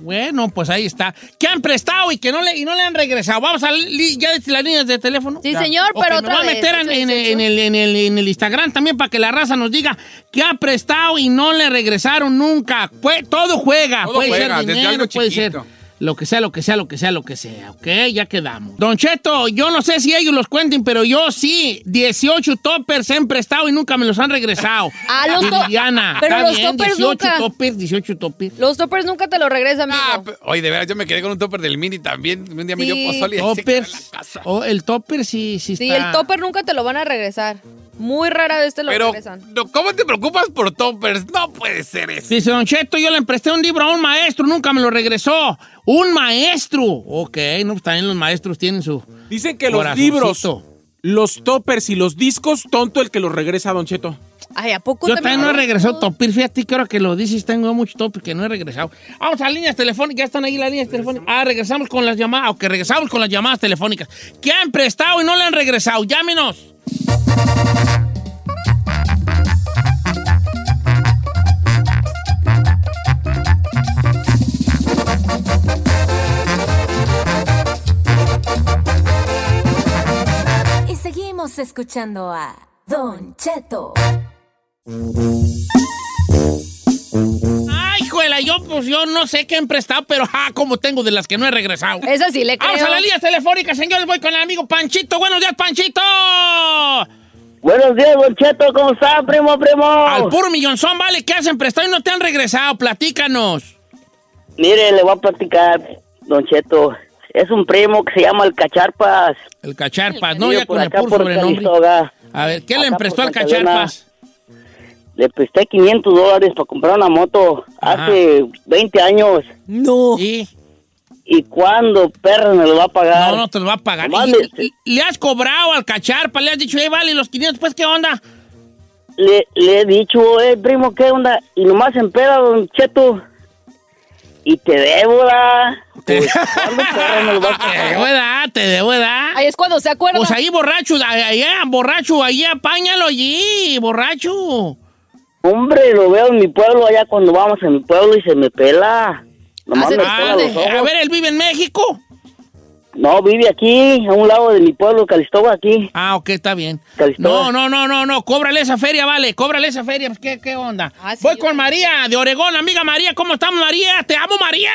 Bueno, pues ahí está. ¿Qué han prestado y que no le, y no le han regresado? Vamos a li- ya desde las líneas de teléfono.
Sí,
Ya.
señor,
Ok,
pero
me
otra
voy a
vez,
meter en, en- en el, en el- en el Instagram también para que la raza nos diga qué ha prestado y no le regresaron nunca. Fue- todo juega.
Todo
puede
juega,
ser
desde
dinero,
algo
puede ser
chiquito.
lo que sea, lo que sea, lo que sea, lo que sea. Ok, ya quedamos. Don Cheto, yo no sé si ellos los cuenten, pero yo sí. 18 toppers he prestado y nunca me los han regresado.
Ah, los to-
Liliana,
pero
está
los
bien,
toppers
18
nunca.
toppers, 18 toppers.
Los toppers nunca te lo regresan, amigo.
Oye, de veras, yo me quedé con un topper del mini también. Un día me dio
Sí.
pozole y así se quedó en la
Toppers. Oh, el topper sí, sí está.
Sí, el topper nunca te lo van a regresar. Muy rara vez te lo
Pero,
regresan.
no, ¿cómo te preocupas por toppers? No puede ser eso.
Dice Don Cheto, yo le presté un libro a un maestro, nunca me lo regresó. ¡Un maestro! Ok, no, pues también los maestros tienen su.
Dicen que los
corazoncito.
libros, los toppers y los discos, tonto el que los regresa, Don Cheto.
Ay, ¿a poco
Yo
también
también no he
lo-
regresado Topir, fíjate que ahora que lo dices tengo mucho Topir que no he regresado. Vamos a líneas telefónicas, ya están ahí las líneas telefónicas. Ah, regresamos con las llamadas, ok, regresamos con las llamadas telefónicas. ¿Qué han prestado y no le han regresado? Llámenos.
escuchando a Don Cheto.
Ay, juela, yo pues yo no sé qué han prestado, pero ja, como tengo de las que no he regresado.
Esa sí le creo.
Vamos a las líneas telefónicas, señores. Voy con el amigo Panchito. Buenos días, Panchito.
Buenos días, Don Cheto. ¿Cómo está, primo, primo?
Al puro millonzón, vale, ¿qué hacen prestado y no te han regresado? Platícanos.
Mire, le voy a platicar, Don Cheto. Es un primo que se llama el Cacharpas.
El Cacharpas, no,
Vive
ya
por
con el
acá,
puro
por
sobrenombre.
Calistoga.
A ver, ¿qué le
Acá
emprestó
por
al
Santa Elena.
Cacharpas?
Le presté 500 dólares para comprar una moto
Ajá.
hace 20 años.
No.
¿Y cuándo, perro, me lo va a pagar?
No, no te lo va a pagar.
Nomás
¿Y-
le-
y- y- ¿Le has cobrado al Cacharpa? ¿Le has dicho, hey, vale, los 500, pues, qué onda?
Le, le he dicho, eh, primo, ¿qué onda? Y nomás empeda, don Cheto. Y te debo, da. Pues, ¿cuándo, perro, me lo va a
Te
pagar?
debo edad, te debo edad.
Ahí es cuando se acuerda.
Pues ahí borracho, ahí, ahí, borracho, ahí apáñalo allí, borracho.
Hombre, lo veo en mi pueblo allá cuando vamos a mi pueblo y se me pela. Nomás me pela
Ah,
los ojos.
a ver, él vive en México.
No, vive aquí, a un lado de mi pueblo, Calistoba, aquí.
Ah, ok, está bien.
Calistoba.
No, no, no, no, no, cóbrale esa feria, vale, cóbrale esa feria, pues, ¿qué, qué onda? Voy con María de Oregón, amiga María, ¿cómo estamos, María? ¡Te amo, María!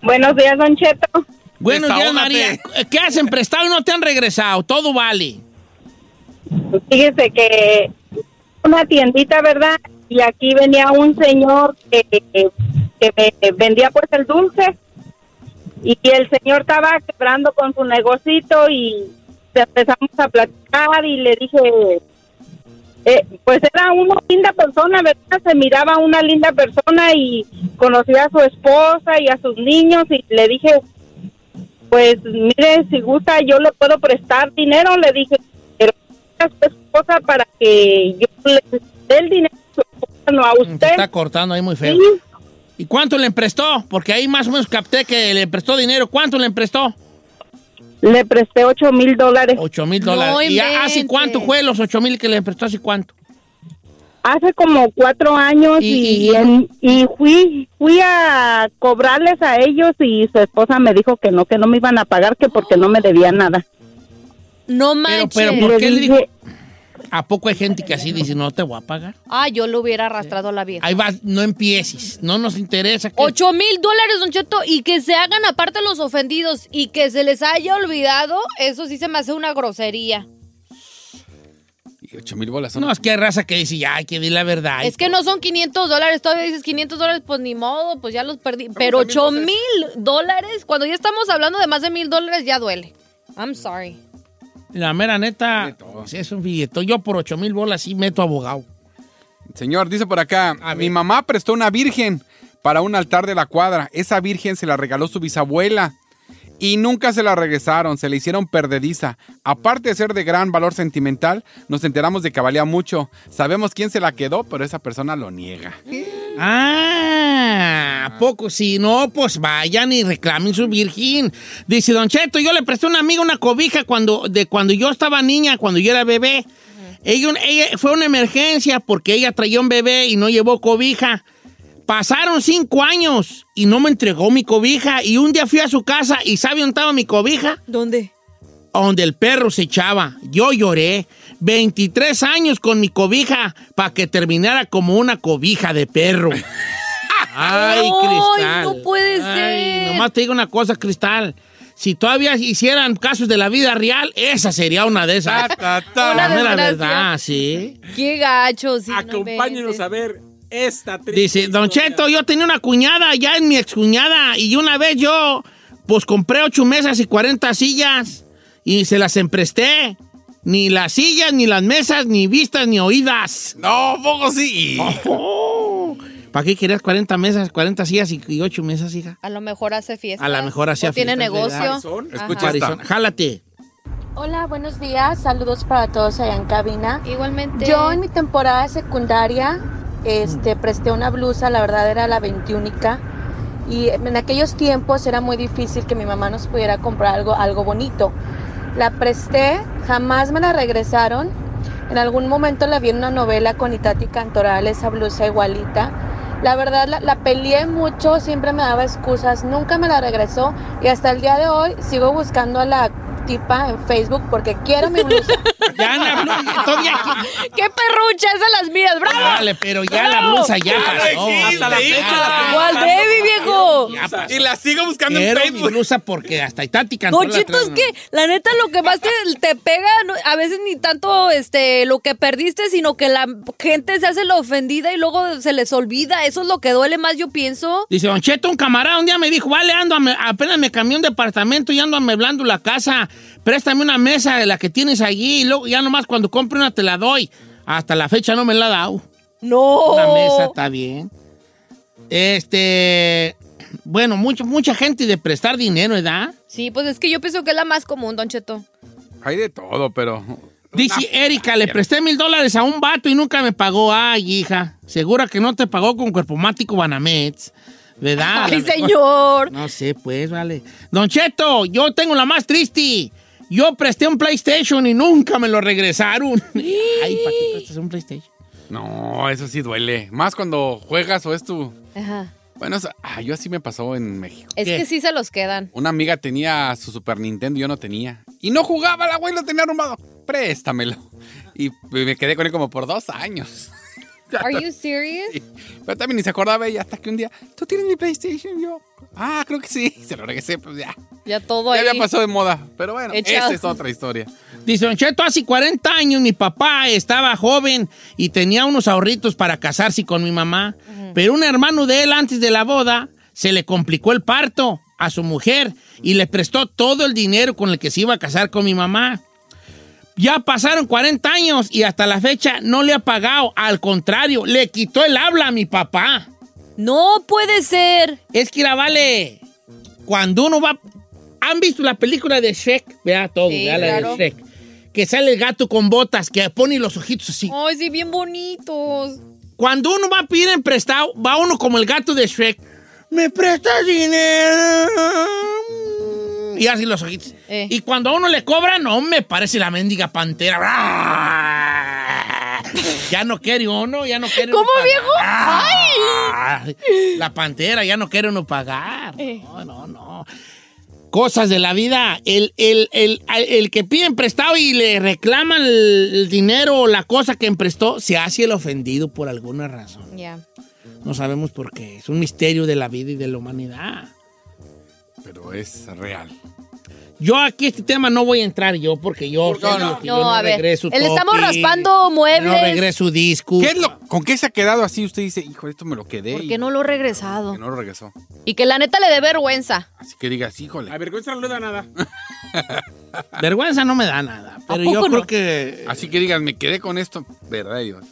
Buenos días, Don Cheto.
Buenos días, María. ¿Qué hacen prestado y no te han regresado? Todo vale.
Fíjese que una tiendita, ¿verdad? Y aquí venía un señor que, que me vendía pues el dulce. Y el señor estaba quebrando con su negocito y empezamos a platicar y le dije, eh, pues era una linda persona, ¿verdad? Se miraba una linda persona y conocía a su esposa y a sus niños y le dije, pues mire, si gusta yo le puedo prestar dinero, le dije, pero a su esposa para que yo le dé el dinero a su esposa, no a usted.
Está cortando ahí muy feo. ¿Y cuánto le prestó? Porque ahí más o menos capté que le prestó dinero. ¿Cuánto le prestó?
Le presté ocho mil dólares.
Ocho mil dólares. ¿Y ah, a- hace cuánto fue los ocho mil que le prestó? ¿Hace cuánto?
Hace como cuatro años y, en- y fui fui a cobrarles a ellos y su esposa me dijo que no, que no me iban a pagar, que porque no me debía nada.
No manches.
Pero ¿por qué le dijo? ¿A poco hay gente que así dice, no te voy a pagar?
Ah, yo lo hubiera arrastrado a la vieja.
Ahí vas, no empieces. No nos interesa. que-
Ocho mil dólares, Don Cheto, y que se hagan aparte los ofendidos y que se les haya olvidado, eso sí se me hace una grosería.
Y ocho mil bolas.
No, es que hay raza que dice, ya, hay que di la verdad.
es que no son 500 dólares, todavía dices 500 dólares, pues ni modo, pues ya los perdí. Pero
a mil
ocho mil dólares, cuando ya estamos hablando de más de mil dólares, ya duele. I'm sorry.
La mera neta, pues, es un billetón. Yo por ocho mil bolas sí meto abogado.
Señor, dice por acá, mi mamá prestó una virgen para un altar de la cuadra. Esa virgen se la regaló su bisabuela y nunca se la regresaron, se le hicieron perdediza. Aparte de ser de gran valor sentimental, nos enteramos de que valía mucho. Sabemos quién se la quedó, pero esa persona lo niega.
Ah, ¿a poco si no, pues vayan y reclamen su virgen. Dice Don Cheto, yo le presté a una amiga una cobija cuando, de cuando yo estaba niña, cuando yo era bebé. Ella, ella- fue una emergencia porque ella traía un bebé y no llevó cobija. Pasaron cinco años y no me entregó mi cobija. Y un día fui a su casa y ¿sabe dónde estaba mi cobija?
¿Dónde?
Donde el perro se echaba. Yo lloré 23 años con mi cobija para que terminara como una cobija de perro. Ay, Cristal.
no puede
Ay, nomás te digo una cosa, Cristal. Si todavía hicieran casos de la vida real, esa sería una de esas.
Una
La mera
desgracia.
verdad, sí.
Qué gacho, sí. no
Acompáñenos a ver esta triste.
Dice, Don Cheto, yo tenía una cuñada, ya en mi excuñada, y una vez yo, pues compré ocho mesas y 40 sillas, y se las empresté. Ni las sillas, ni las mesas, ni vistas, ni oídas.
No, poco sí.
¿Para qué querías 40 mesas, 40 sillas y- y ocho mesas, hija?
A lo mejor hace fiesta.
A lo mejor hacía
Tiene
fiestas de
negocio.
Arizona.
Ajá.
Escucha Arizona. Jálate.
Hola, buenos días. Saludos para todos allá en cabina.
Igualmente.
Yo en mi temporada secundaria este, presté una blusa, la verdad era la veintiúnica. Y en aquellos tiempos era muy difícil que mi mamá nos pudiera comprar algo, algo bonito. La presté, jamás me la regresaron. En algún momento la vi en una novela con Itati Cantoral, esa blusa igualita. La verdad la, la peleé mucho, siempre me daba excusas, nunca me la regresó y hasta el día de hoy sigo buscando a la tipa en Facebook porque quiero mi blusa.
Ya la blusa, todavía
¡Qué perrucha! Esas las mías, bravo.
Vale, pero ya la blusa ya pasó. Hasta la fecha.
Igual baby, viejo.
Y la sigo buscando en Facebook. blusa porque hasta Itati cantó la
Pochito, es
tres-
que la neta lo que más te, te pega, no- a veces ni tanto este lo que perdiste, sino que la gente se hace la ofendida y luego se les olvida. Eso es lo que duele más, yo pienso.
Dice, Don Cheto, un camarada un día me dijo, vale, ando, ame- apenas me cambié un departamento y ando ameblando la casa, préstame una mesa de la que tienes allí y luego ya nomás cuando compre una te la doy. Hasta la fecha no me la ha dado.
No.
La mesa está bien. Este, bueno, mucho, mucha gente de prestar dinero, ¿verdad?
Sí, pues es que yo pienso que es la más común, Don Cheto.
Hay de todo, pero.
Dice Erika, le presté mil dólares a un vato y nunca me pagó. Ay, hija, segura que no te pagó con cuerpomático Banamets, ¿verdad? A
Ay,
lo mejor-
señor.
No sé, pues, vale. Don Cheto, yo tengo la más triste. Yo presté un PlayStation y nunca me lo regresaron. Ay, ¿para qué prestas un PlayStation?
No, eso sí duele. Más cuando juegas o es tu.
Ajá.
Bueno, o sea, ah, yo así me pasó en México.
Es que sí se los quedan.
Una amiga tenía su Super Nintendo y yo no tenía. Y no jugaba, la güey lo tenía arrumbado. Préstamelo. Y me quedé con él como por dos años.
Are you serious?
Pero también ni se acordaba ella hasta que un día, ¿tú tienes mi PlayStation? Y Yo, ah, creo que sí. Se lo regresé, pues ya.
Ya todo
Ya
ahí.
había pasado de moda. Pero bueno,
Echado.
esa es otra historia.
Dice, Don Cheto, hace 40 años mi papá estaba joven y tenía unos ahorritos para casarse con mi mamá. Pero un hermano de él antes de la boda se le complicó el parto a su mujer y le prestó todo el dinero con el que se iba a casar con mi mamá. Ya pasaron 40 años y hasta la fecha no le ha pagado. Al contrario, le quitó el habla a mi papá.
No puede ser.
Es que la vale. Cuando uno va. ¿Han visto la película de Shrek? Vea todo,
Sí,
vea la
claro.
de Shrek. Que sale el gato con botas, que pone los ojitos así.
Ay, sí, bien bonitos.
Cuando uno va a pedir en prestado, va uno como el gato de Shrek. ¿Me prestas dinero? Y así los ojitos.
Eh.
Y cuando a uno le cobran, no me parece la mendiga pantera. Ya no quiere uno, ya no quiere uno
¿Cómo,
pagar.
viejo?
Ay. La pantera, ya no quiere uno pagar. Ah, No, no, no. Cosas de la vida. El, el- el- el que piden prestado y le reclaman el, el dinero o la cosa que emprestó, se hace el ofendido por alguna razón.
Ya.
No sabemos por qué. Es un misterio de la vida y de la humanidad.
Pero es real.
Yo aquí este tema no voy a entrar yo porque yo
no?
no,
No, a ver.
regreso
Le estamos
topping,
raspando muebles.
No regreso disco.
¿Qué es lo- ¿Con qué se ha quedado así? Usted dice, hijo, esto me lo quedé.
¿Por
y
qué no lo he regresado?
que no lo regresó.
Y que la neta le dé vergüenza.
Así que digas, híjole.
La vergüenza no le da nada.
Vergüenza no me da nada. Pero yo
poco
creo
no?
que.
Así que digas, me quedé con esto. Verdad, Dios.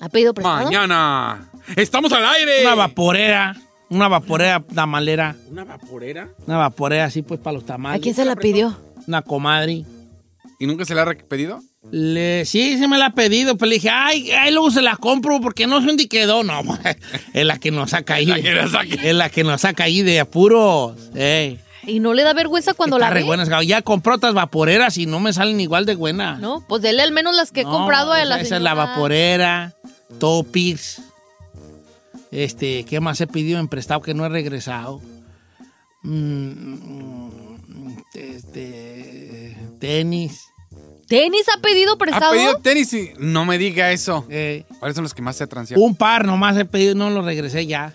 ¿Ha pedido prestado?
Mañana. Estamos al aire.
Una vaporera. Una vaporera tamalera.
¿Una vaporera?
Una vaporera así pues para los tamales.
¿A quién se la pidió?
Una comadre.
¿Y nunca se la ha re- pedido?
Le, sí, se me la ha pedido, pero le dije, ay, ay, luego se la compro porque no sé dónde quedó. No, es la que nos ha caído.
que nos ha
Es la que nos ha caído de apuros. Ey,
¿Y no le da vergüenza cuando
está
la
re
ve?
buena esa- Ya compró otras vaporeras y no me salen igual de buenas.
No, pues dele al menos las que he
No,
comprado a la
esa, esa es la
señora.
vaporera, Topics. Este, ¿qué más he pedido en prestado que no he regresado? Mm, mm, este, tenis.
¿Tenis ha pedido prestado?
¿Ha pedido tenis? y- No me diga eso.
Eh,
¿Cuáles son los que más se transean?
un par nomás he pedido, no los regresé ya.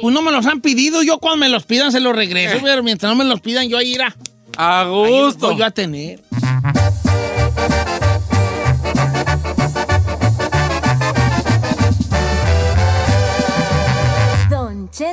Pues no me los han pedido, yo cuando me los pidan se los regreso, pero mientras no me los pidan yo ahí irá.
A
Justo.
gusto.
yo a tener.
Don